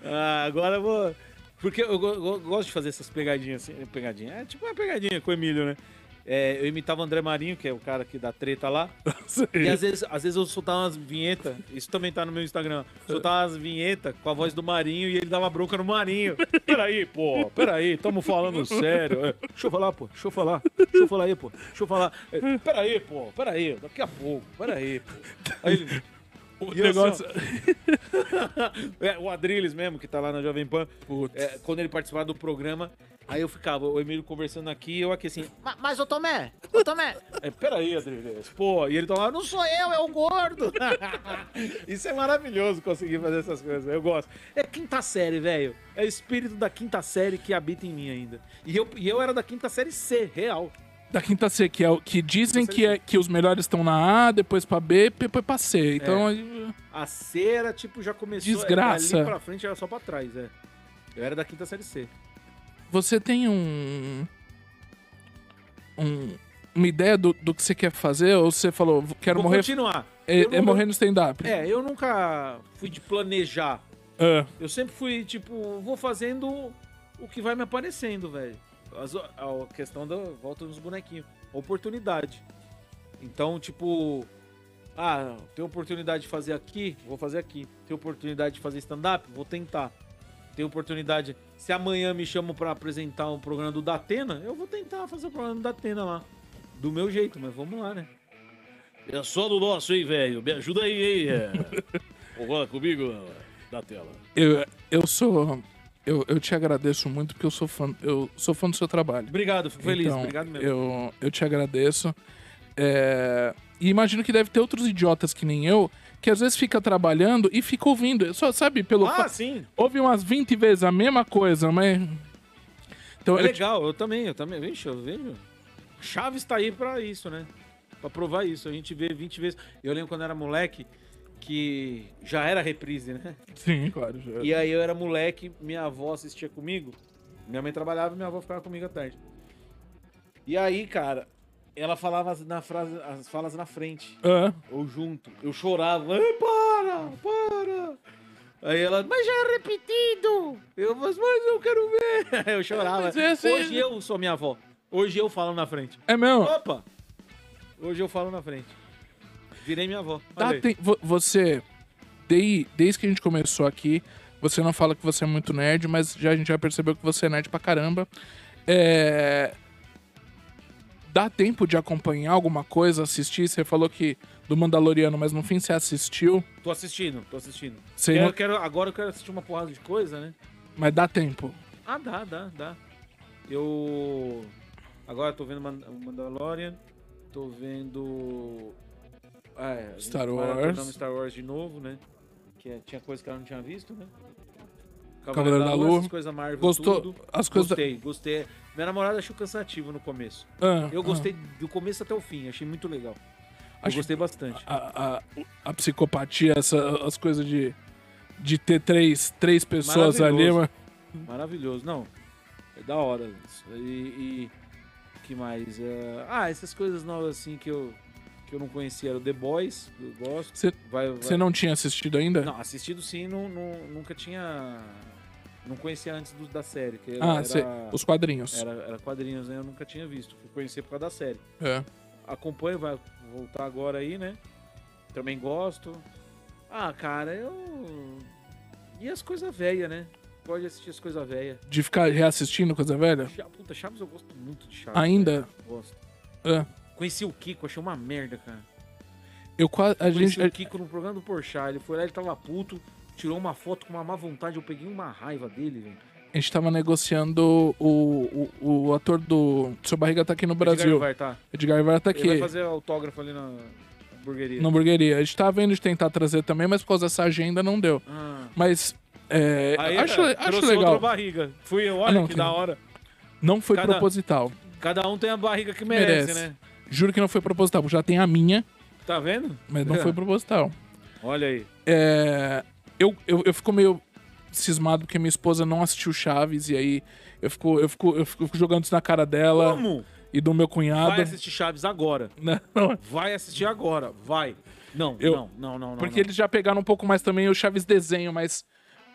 [SPEAKER 3] Ah, agora eu vou. Porque eu go- go- gosto de fazer essas pegadinhas assim. Pegadinha. É tipo uma pegadinha com o Emílio, né? É, eu imitava o André Marinho, que é o cara que dá treta lá. E às vezes, às vezes eu soltava umas vinhetas. Isso também tá no meu Instagram. Soltava umas vinhetas com a voz do Marinho e ele dava bronca no Marinho. Peraí, pô, peraí, tamo falando sério. É, Deixa eu falar, pô, deixa eu falar. Deixa eu falar aí, pô, deixa eu falar. É, Peraí, pô, peraí, daqui a pouco, peraí, pô. Aí ele.
[SPEAKER 1] O
[SPEAKER 3] E eu, assim, ó,
[SPEAKER 1] negócio.
[SPEAKER 3] é, o Adrilles mesmo, que tá lá na Jovem Pan,
[SPEAKER 1] Putz.
[SPEAKER 3] é, quando ele participava do programa, aí eu ficava, o Emílio conversando aqui, eu aqui assim,
[SPEAKER 5] Ma- Mas, ô Tomé, ô Tomé,
[SPEAKER 3] é, peraí, Adrilles, pô, e ele tava, não sou eu, é o gordo. Isso é maravilhoso conseguir fazer essas coisas, eu gosto. É quinta série, velho, é o espírito da quinta série que habita em mim ainda. E eu, e eu era da quinta série C, real.
[SPEAKER 1] Da quinta C, que é o que dizem que, é, que os melhores estão na A, depois pra B, depois pra C. Então,
[SPEAKER 3] É.
[SPEAKER 1] aí-
[SPEAKER 3] A C era, tipo, já começou,
[SPEAKER 1] Desgraça.
[SPEAKER 3] ali pra frente era só pra trás, é. Eu era da quinta série C.
[SPEAKER 1] você tem um. um- uma ideia do, do que você quer fazer? Ou você falou, quero
[SPEAKER 3] Vou
[SPEAKER 1] morrer.
[SPEAKER 3] continuar.
[SPEAKER 1] É,
[SPEAKER 3] Eu não-
[SPEAKER 1] é morrer no stand-up.
[SPEAKER 3] É, eu nunca fui de planejar.
[SPEAKER 1] Ah,
[SPEAKER 3] Eu sempre fui, tipo, vou fazendo o que vai me aparecendo, velho. As- A questão da volta nos bonequinhos. Oportunidade. Então, tipo, ah, tem oportunidade de fazer aqui, vou fazer aqui. Tem oportunidade de fazer stand-up, vou tentar. Tem oportunidade. Se amanhã me chamam pra apresentar um programa do Datena, eu vou tentar fazer o programa do Datena lá. Do meu jeito, mas vamos lá, né?
[SPEAKER 4] É só do nosso, hein, velho. Me ajuda aí, hein. é. Agora comigo da tela.
[SPEAKER 1] eu, eu sou. Eu, eu te agradeço muito porque eu sou fã. Eu sou fã do seu trabalho.
[SPEAKER 3] Obrigado, fico feliz.
[SPEAKER 1] Então,
[SPEAKER 3] Obrigado mesmo.
[SPEAKER 1] Eu, eu te agradeço. É, E imagino que deve ter outros idiotas que nem eu, que às vezes fica trabalhando e fica ouvindo. Eu Só sabe, pelo.
[SPEAKER 3] Ah,
[SPEAKER 1] fa-
[SPEAKER 3] sim.
[SPEAKER 1] Ouve umas 20 vezes a mesma coisa, mas. Então,
[SPEAKER 3] É
[SPEAKER 1] eu te-
[SPEAKER 3] legal, eu também, eu também. Vixe, eu vejo. Chaves tá aí pra isso, né? Pra provar isso. A gente vê 20 vezes. Eu lembro quando eu era moleque que já era reprise, né?
[SPEAKER 1] Sim, claro. já-
[SPEAKER 3] E aí eu era moleque, minha avó assistia comigo. Minha mãe trabalhava e minha avó ficava comigo à tarde. E aí, cara, ela falava as- na frase, as falas na frente
[SPEAKER 1] Ah,
[SPEAKER 3] ou junto. Eu chorava, "Ai, para, para. Aí ela, mas já é repetido. Eu, mas, mas eu quero ver. Eu chorava.
[SPEAKER 1] Mas é assim-
[SPEAKER 3] Hoje eu sou minha avó. Hoje eu falo na frente.
[SPEAKER 1] é mesmo.
[SPEAKER 3] Opa! Hoje eu falo na frente. Virei minha avó. Olha
[SPEAKER 1] Dá
[SPEAKER 3] aí.
[SPEAKER 1] tem- vo- Você, dei- desde que a gente começou aqui, você não fala que você é muito nerd, mas já a gente já percebeu que você é nerd pra caramba. É, Dá tempo de acompanhar alguma coisa, assistir? Você falou que do Mandaloriano, mas no fim você assistiu.
[SPEAKER 3] Tô assistindo, tô assistindo.
[SPEAKER 1] Você
[SPEAKER 3] Eu
[SPEAKER 1] não-
[SPEAKER 3] quero- agora eu quero assistir uma porrada de coisa, né?
[SPEAKER 1] Mas dá tempo.
[SPEAKER 3] Ah, dá, dá, dá. Eu. Agora tô vendo Man- Mandalorian, tô vendo. Ah, é, a gente
[SPEAKER 1] Star
[SPEAKER 3] maratonamos
[SPEAKER 1] Wars.
[SPEAKER 3] Star Wars de novo, né? Que é- tinha coisa que ela não tinha visto, né?
[SPEAKER 1] Cavaleiro da Lua.
[SPEAKER 3] essas coisas Marvel,
[SPEAKER 1] Gostou?
[SPEAKER 3] tudo.
[SPEAKER 1] As coisas. da-
[SPEAKER 3] Gostei, gostei. Minha namorada achou cansativo no começo.
[SPEAKER 1] Ah,
[SPEAKER 3] Eu
[SPEAKER 1] ah.
[SPEAKER 3] gostei do começo até o fim, achei muito legal. Eu
[SPEAKER 1] Acho-
[SPEAKER 3] gostei bastante.
[SPEAKER 1] A, a- a psicopatia, essa- as coisas de, de ter três, três pessoas ali.
[SPEAKER 3] Maravilhoso.
[SPEAKER 1] mas-
[SPEAKER 3] Maravilhoso. Não, é da hora isso. E, e que mais? É, Ah, essas coisas novas assim que eu, que eu não conhecia era o The Boys, que eu gosto.
[SPEAKER 1] Você
[SPEAKER 3] Vai, vai-
[SPEAKER 1] você não tinha assistido ainda?
[SPEAKER 3] Não, assistido sim, não, não- nunca tinha. Não conhecia antes do- da série. Que
[SPEAKER 1] Ah,
[SPEAKER 3] era,
[SPEAKER 1] cê- os quadrinhos.
[SPEAKER 3] era, era quadrinhos, né? Eu nunca tinha visto. Fui conhecer por causa da série.
[SPEAKER 1] É.
[SPEAKER 3] Acompanho, vai voltar agora aí, né? Também gosto. Ah, cara, eu. E as coisas velhas, né? Pode assistir as coisas velhas.
[SPEAKER 1] De ficar reassistindo coisa velha?
[SPEAKER 3] Cha- Puta, Chaves eu gosto muito de Chaves.
[SPEAKER 1] Ainda?
[SPEAKER 3] cara. Gosto.
[SPEAKER 1] É.
[SPEAKER 3] Conheci o Kiko, achei uma merda, cara.
[SPEAKER 1] Eu quase. A
[SPEAKER 3] Conheci
[SPEAKER 1] gente. é-
[SPEAKER 3] o Kiko no programa do Porchat, ele foi lá, ele tava puto, tirou uma foto com uma má vontade, eu peguei uma raiva dele, velho.
[SPEAKER 1] A gente tava negociando o, o, o ator do Seu Barriga tá aqui no Brasil.
[SPEAKER 3] Vai, tá.
[SPEAKER 1] Edgar Varta tá
[SPEAKER 3] Ele vai
[SPEAKER 1] aqui.
[SPEAKER 3] fazer autógrafo ali na... hamburgueria.
[SPEAKER 1] na hamburgueria. A gente tá vendo de tentar trazer também, mas por causa dessa agenda não deu.
[SPEAKER 3] Ah.
[SPEAKER 1] Mas é,
[SPEAKER 3] Aí,
[SPEAKER 1] acho,
[SPEAKER 3] cara,
[SPEAKER 1] acho
[SPEAKER 3] trouxe
[SPEAKER 1] legal.
[SPEAKER 3] outra barriga. Fui eu,
[SPEAKER 1] Ah,
[SPEAKER 3] olha
[SPEAKER 1] não,
[SPEAKER 3] que
[SPEAKER 1] tem-
[SPEAKER 3] da hora.
[SPEAKER 1] Não foi
[SPEAKER 3] Cada-
[SPEAKER 1] proposital.
[SPEAKER 3] Cada um tem a barriga que merece,
[SPEAKER 1] Merece.
[SPEAKER 3] né?
[SPEAKER 1] Juro que não foi proposital, porque já tem a minha,
[SPEAKER 3] Tá vendo?
[SPEAKER 1] mas não foi proposital.
[SPEAKER 3] Olha aí.
[SPEAKER 1] É, eu, eu, eu fico meio cismado porque minha esposa não assistiu Chaves e aí eu fico, eu fico, eu fico, eu fico jogando isso na cara dela
[SPEAKER 3] Como?
[SPEAKER 1] e do meu
[SPEAKER 3] Vai
[SPEAKER 1] cunhado.
[SPEAKER 3] assistir Chaves agora.
[SPEAKER 1] Não,
[SPEAKER 3] Vai assistir agora. Vai. Não,
[SPEAKER 1] Eu-
[SPEAKER 3] não, não, não.
[SPEAKER 1] porque
[SPEAKER 3] não.
[SPEAKER 1] eles já pegaram um pouco mais também o Chaves desenho, mas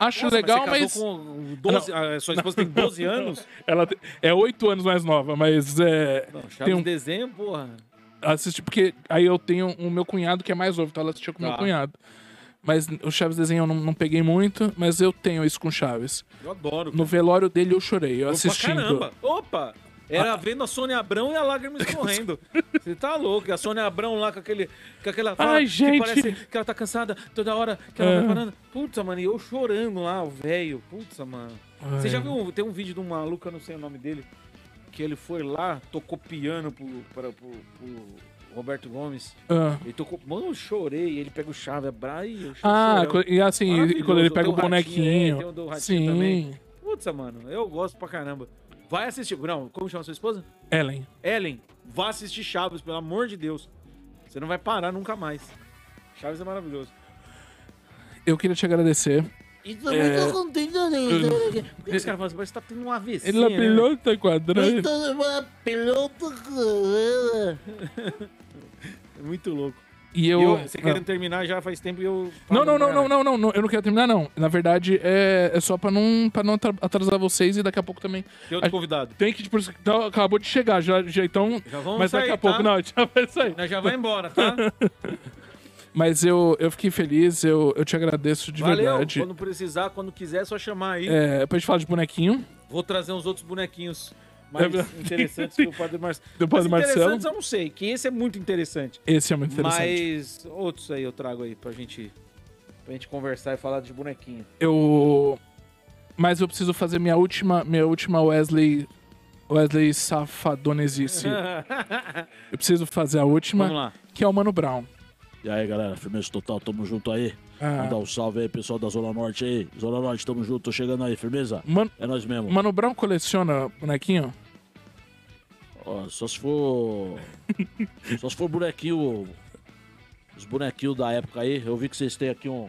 [SPEAKER 1] acho
[SPEAKER 3] Nossa,
[SPEAKER 1] legal,
[SPEAKER 3] você
[SPEAKER 1] mas.
[SPEAKER 3] casou com 12 ah, sua esposa tem 12 anos?
[SPEAKER 1] Ela te- é oito anos mais nova, mas é.
[SPEAKER 3] Não, Chaves
[SPEAKER 1] tem um,
[SPEAKER 3] desenho, porra.
[SPEAKER 1] assiste, porque aí eu tenho o meu cunhado que é mais novo, então ela assistiu com o meu
[SPEAKER 3] Tá.
[SPEAKER 1] cunhado. Mas o Chaves desenho eu não, não peguei muito, mas eu tenho isso com o Chaves.
[SPEAKER 3] Eu adoro.
[SPEAKER 1] No velório dele eu chorei, eu
[SPEAKER 3] Pra
[SPEAKER 1] assistindo. Ah.
[SPEAKER 3] caramba. Opa! Era vendo a Sônia Abrão e a lágrima escorrendo. Você tá louco. E a Sônia Abrão lá com, aquele, com aquela
[SPEAKER 1] Ai, gente. Ah.
[SPEAKER 3] que parece que ela tá cansada toda hora, que ela vai parando. Putz, mano, e eu chorando lá, o velho. Putz, mano. Você já viu, um- tem um vídeo de um maluco, eu não sei o nome dele, que ele foi lá, tocou piano pro, para- pro- pro Roberto Gomes.
[SPEAKER 1] Ah.
[SPEAKER 3] Ele tocou, mano, eu chorei. Ele pega o chave, abra e eu choro.
[SPEAKER 1] Ah,
[SPEAKER 3] chorando.
[SPEAKER 1] co- e assim, e quando ele
[SPEAKER 3] Maravilhoso,
[SPEAKER 1] pega o
[SPEAKER 3] tem o ratinho,
[SPEAKER 1] bonequinho.
[SPEAKER 3] é, tem o do ratinho
[SPEAKER 1] Sim.
[SPEAKER 3] também. Putz, mano, eu gosto pra caramba. Vai assistir. Não, como chama sua esposa?
[SPEAKER 1] Ellen.
[SPEAKER 3] Ellen, vá assistir Chaves, pelo amor de Deus. Você não vai parar nunca mais. Chaves é maravilhoso.
[SPEAKER 1] Eu queria te agradecer.
[SPEAKER 5] Isso é... muito contento, né?
[SPEAKER 3] Por que Esse cara fala assim, parece que tá tendo um AVC.
[SPEAKER 1] Ele é
[SPEAKER 3] né?
[SPEAKER 1] pilota
[SPEAKER 5] Eu
[SPEAKER 1] quadrada.
[SPEAKER 5] tô numa pelota com
[SPEAKER 3] É muito louco.
[SPEAKER 1] E
[SPEAKER 3] E
[SPEAKER 1] eu.
[SPEAKER 3] eu, você
[SPEAKER 1] Ah.
[SPEAKER 3] querendo terminar já faz tempo e eu.
[SPEAKER 1] Não, não, não, não, não, não, não, eu não quero terminar, não. Na verdade, é, é só pra não, pra não atra- atrasar vocês e daqui a pouco também.
[SPEAKER 3] Tem outro convidado.
[SPEAKER 1] Tem que, tipo, então, acabou de chegar, já, já então.
[SPEAKER 3] Já vamos
[SPEAKER 1] mas daqui
[SPEAKER 3] sair,
[SPEAKER 1] a pouco,
[SPEAKER 3] tá?
[SPEAKER 1] não, já vai sair.
[SPEAKER 3] Nós já vai embora, tá?
[SPEAKER 1] Mas eu, eu fiquei feliz, eu, eu te agradeço de
[SPEAKER 3] Valeu.
[SPEAKER 1] verdade.
[SPEAKER 3] Quando precisar, quando quiser, é só chamar aí.
[SPEAKER 1] É, pra gente falar de bonequinho.
[SPEAKER 3] Vou trazer uns outros bonequinhos mais
[SPEAKER 1] É verdade.
[SPEAKER 3] interessantes que o Padre Marcelo.
[SPEAKER 1] Do Padre
[SPEAKER 3] Mas
[SPEAKER 1] Marcelo.
[SPEAKER 3] Interessantes eu não sei, que esse é muito interessante.
[SPEAKER 1] Esse é muito interessante.
[SPEAKER 3] Mas outros aí eu trago aí pra gente, pra gente conversar e falar de bonequinho.
[SPEAKER 1] Eu. Mas eu preciso fazer minha última, minha última Wesley. Wesley Safadonesice. eu preciso fazer a
[SPEAKER 3] Vamos
[SPEAKER 1] última,
[SPEAKER 3] lá.
[SPEAKER 1] que é o Mano Brown.
[SPEAKER 4] E aí, galera, firmeza total, tamo junto aí.
[SPEAKER 1] Ah.
[SPEAKER 4] Mandar um salve aí, pessoal da Zona Norte aí. Zona Norte, tamo junto, tô chegando aí, firmeza?
[SPEAKER 1] Mano,
[SPEAKER 4] É nós mesmo.
[SPEAKER 1] Mano Brown coleciona bonequinho?
[SPEAKER 4] Ó, só se for. só se for bonequinho. Os bonequinhos da época aí. Eu vi que vocês têm aqui um.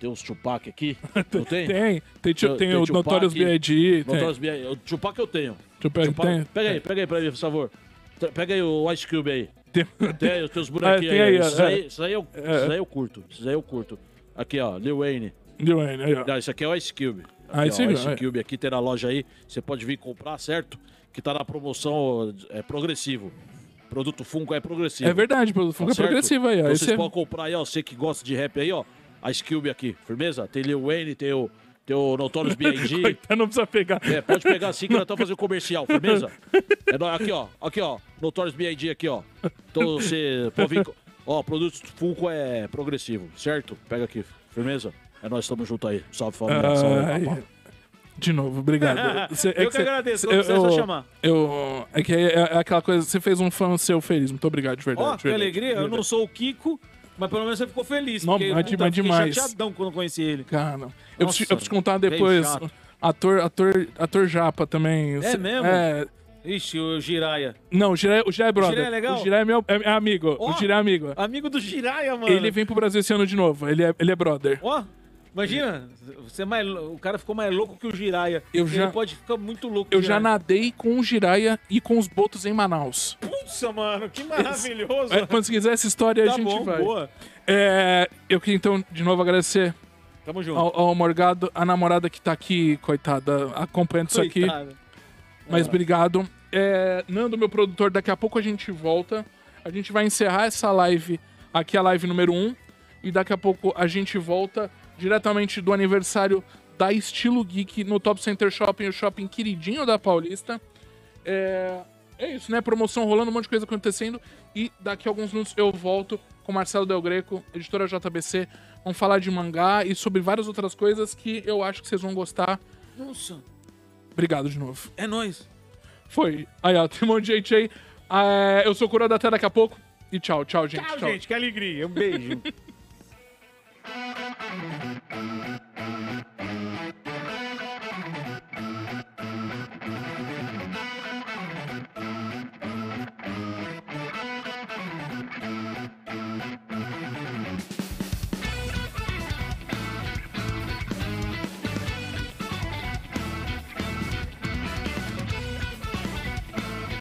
[SPEAKER 4] Tem uns Tupac aqui. Não tem?
[SPEAKER 1] Tem. Tem, tem,
[SPEAKER 4] Tem-
[SPEAKER 1] tem
[SPEAKER 4] tem
[SPEAKER 1] o
[SPEAKER 4] Tupac,
[SPEAKER 1] Notorious B.I.G.
[SPEAKER 4] Não tem
[SPEAKER 1] Tem.
[SPEAKER 4] os BR. O Tupac eu tenho.
[SPEAKER 1] Tupac,
[SPEAKER 4] Tupac-
[SPEAKER 1] tem.
[SPEAKER 4] Pega aí, pega aí pra mim, por favor. Tra- Pega aí o Ice Cube aí.
[SPEAKER 1] Tem-
[SPEAKER 4] Tem aí os teus
[SPEAKER 1] Ah,
[SPEAKER 4] bonequinhos
[SPEAKER 1] tem
[SPEAKER 4] aí.
[SPEAKER 1] aí, ó.
[SPEAKER 4] Isso aí, isso aí eu,
[SPEAKER 1] É.
[SPEAKER 4] isso aí eu curto. Isso aí eu curto. Aqui, ó, Lil Wayne.
[SPEAKER 1] Lil Wayne, aí, ó.
[SPEAKER 4] Não, isso aqui é o Ice Cube. Aqui,
[SPEAKER 1] Ah,
[SPEAKER 4] ó,
[SPEAKER 1] Ice
[SPEAKER 4] o
[SPEAKER 1] Cube,
[SPEAKER 4] Ice
[SPEAKER 1] é.
[SPEAKER 4] Cube aqui tem na loja aí. Você pode vir comprar, certo? Que tá na promoção é, progressivo. Produto Funko é progressivo.
[SPEAKER 1] É verdade, o
[SPEAKER 4] tá
[SPEAKER 1] Funko é
[SPEAKER 4] certo?
[SPEAKER 1] progressivo aí, ó.
[SPEAKER 4] Então
[SPEAKER 1] Esse
[SPEAKER 4] vocês
[SPEAKER 1] é-
[SPEAKER 4] podem comprar aí, ó. Você que gosta de rap aí, ó. Ice Cube aqui, firmeza? Tem Lil Wayne, tem o, tem o Notorious B.I.G.
[SPEAKER 1] Coitado, Então não precisa pegar.
[SPEAKER 4] É, pode pegar assim que nós estamos fazendo comercial, firmeza? É nóis, aqui, ó. Aqui, ó. Notorious B.I.D. aqui, ó. Então você pode vir... co- Ó, produto Funko é progressivo, certo? Pega aqui, firmeza? É nós estamos junto aí. Salve, família. salve,
[SPEAKER 1] Ai.
[SPEAKER 4] papai.
[SPEAKER 1] De novo, obrigado. Cê-
[SPEAKER 3] Ah, Eu que
[SPEAKER 1] cê-
[SPEAKER 3] agradeço,
[SPEAKER 1] cê-
[SPEAKER 3] quando quiser é só
[SPEAKER 1] é eu-
[SPEAKER 3] chamar.
[SPEAKER 1] Eu, é que é, é aquela coisa, você fez um fã seu feliz. Muito obrigado, de verdade.
[SPEAKER 3] Ó,
[SPEAKER 1] de
[SPEAKER 3] que
[SPEAKER 1] verdade.
[SPEAKER 3] alegria. Eu não sou o Kiko, mas pelo menos você ficou feliz.
[SPEAKER 1] Não,
[SPEAKER 3] porque,
[SPEAKER 1] mas-
[SPEAKER 3] puta,
[SPEAKER 1] mas
[SPEAKER 3] eu fiquei
[SPEAKER 1] demais.
[SPEAKER 3] chateadão quando eu conheci ele.
[SPEAKER 1] Cara, eu, preciso, eu preciso contar
[SPEAKER 3] bem
[SPEAKER 1] depois.
[SPEAKER 3] chato.
[SPEAKER 1] Ator, ator, ator japa também. Cê-
[SPEAKER 3] mesmo?
[SPEAKER 1] É,
[SPEAKER 3] Ixi, o Jiraya.
[SPEAKER 1] não, o Jiré, o Jiré é brother.
[SPEAKER 3] Jiré é legal?
[SPEAKER 1] O Jiré é meu é, é amigo.
[SPEAKER 3] Ó.
[SPEAKER 1] O Jiré é amigo.
[SPEAKER 3] Amigo do Jiraya, mano.
[SPEAKER 1] Ele vem pro Brasil esse ano de novo. Ele é, ele é brother.
[SPEAKER 3] Ó, imagina, você é mais, lou- o cara ficou mais louco que o Jiraya.
[SPEAKER 1] Eu já-
[SPEAKER 3] Ele pode ficar muito louco. que
[SPEAKER 1] Eu
[SPEAKER 3] o
[SPEAKER 1] já
[SPEAKER 3] Jiraya.
[SPEAKER 1] nadei com o Jiraya e com os Botos em Manaus.
[SPEAKER 3] Nossa, mano, que maravilhoso.
[SPEAKER 1] É, quando você quiser essa história,
[SPEAKER 3] tá
[SPEAKER 1] a gente
[SPEAKER 3] bom,
[SPEAKER 1] vai.
[SPEAKER 3] boa.
[SPEAKER 1] É, eu queria então, de novo, agradecer
[SPEAKER 3] Tamo junto.
[SPEAKER 1] ao, ao Morgado, a namorada que tá aqui, coitada, acompanhando isso aqui.
[SPEAKER 3] Coitado.
[SPEAKER 1] Mas obrigado. É, Nando, meu produtor, daqui a pouco a gente volta. A gente vai encerrar essa live, aqui a live número 1. E daqui a pouco a gente volta diretamente do aniversário da Estilo Geek no Top Center Shopping, o shopping queridinho da Paulista. É, é isso, né? Promoção rolando, um monte de coisa acontecendo. E daqui a alguns minutos eu volto com Marcelo Del Greco, editora JBC. Vamos falar de mangá e sobre várias outras coisas que eu acho que vocês vão gostar.
[SPEAKER 3] Nossa,
[SPEAKER 1] Obrigado de novo.
[SPEAKER 3] é nóis.
[SPEAKER 1] É, Foi. Aí, ó, tem um monte de gente aí. Ah, eu sou o Cura da Terra daqui a pouco.
[SPEAKER 6] E tchau, tchau, gente.
[SPEAKER 3] Tchau, gente. Que alegria. Um beijo.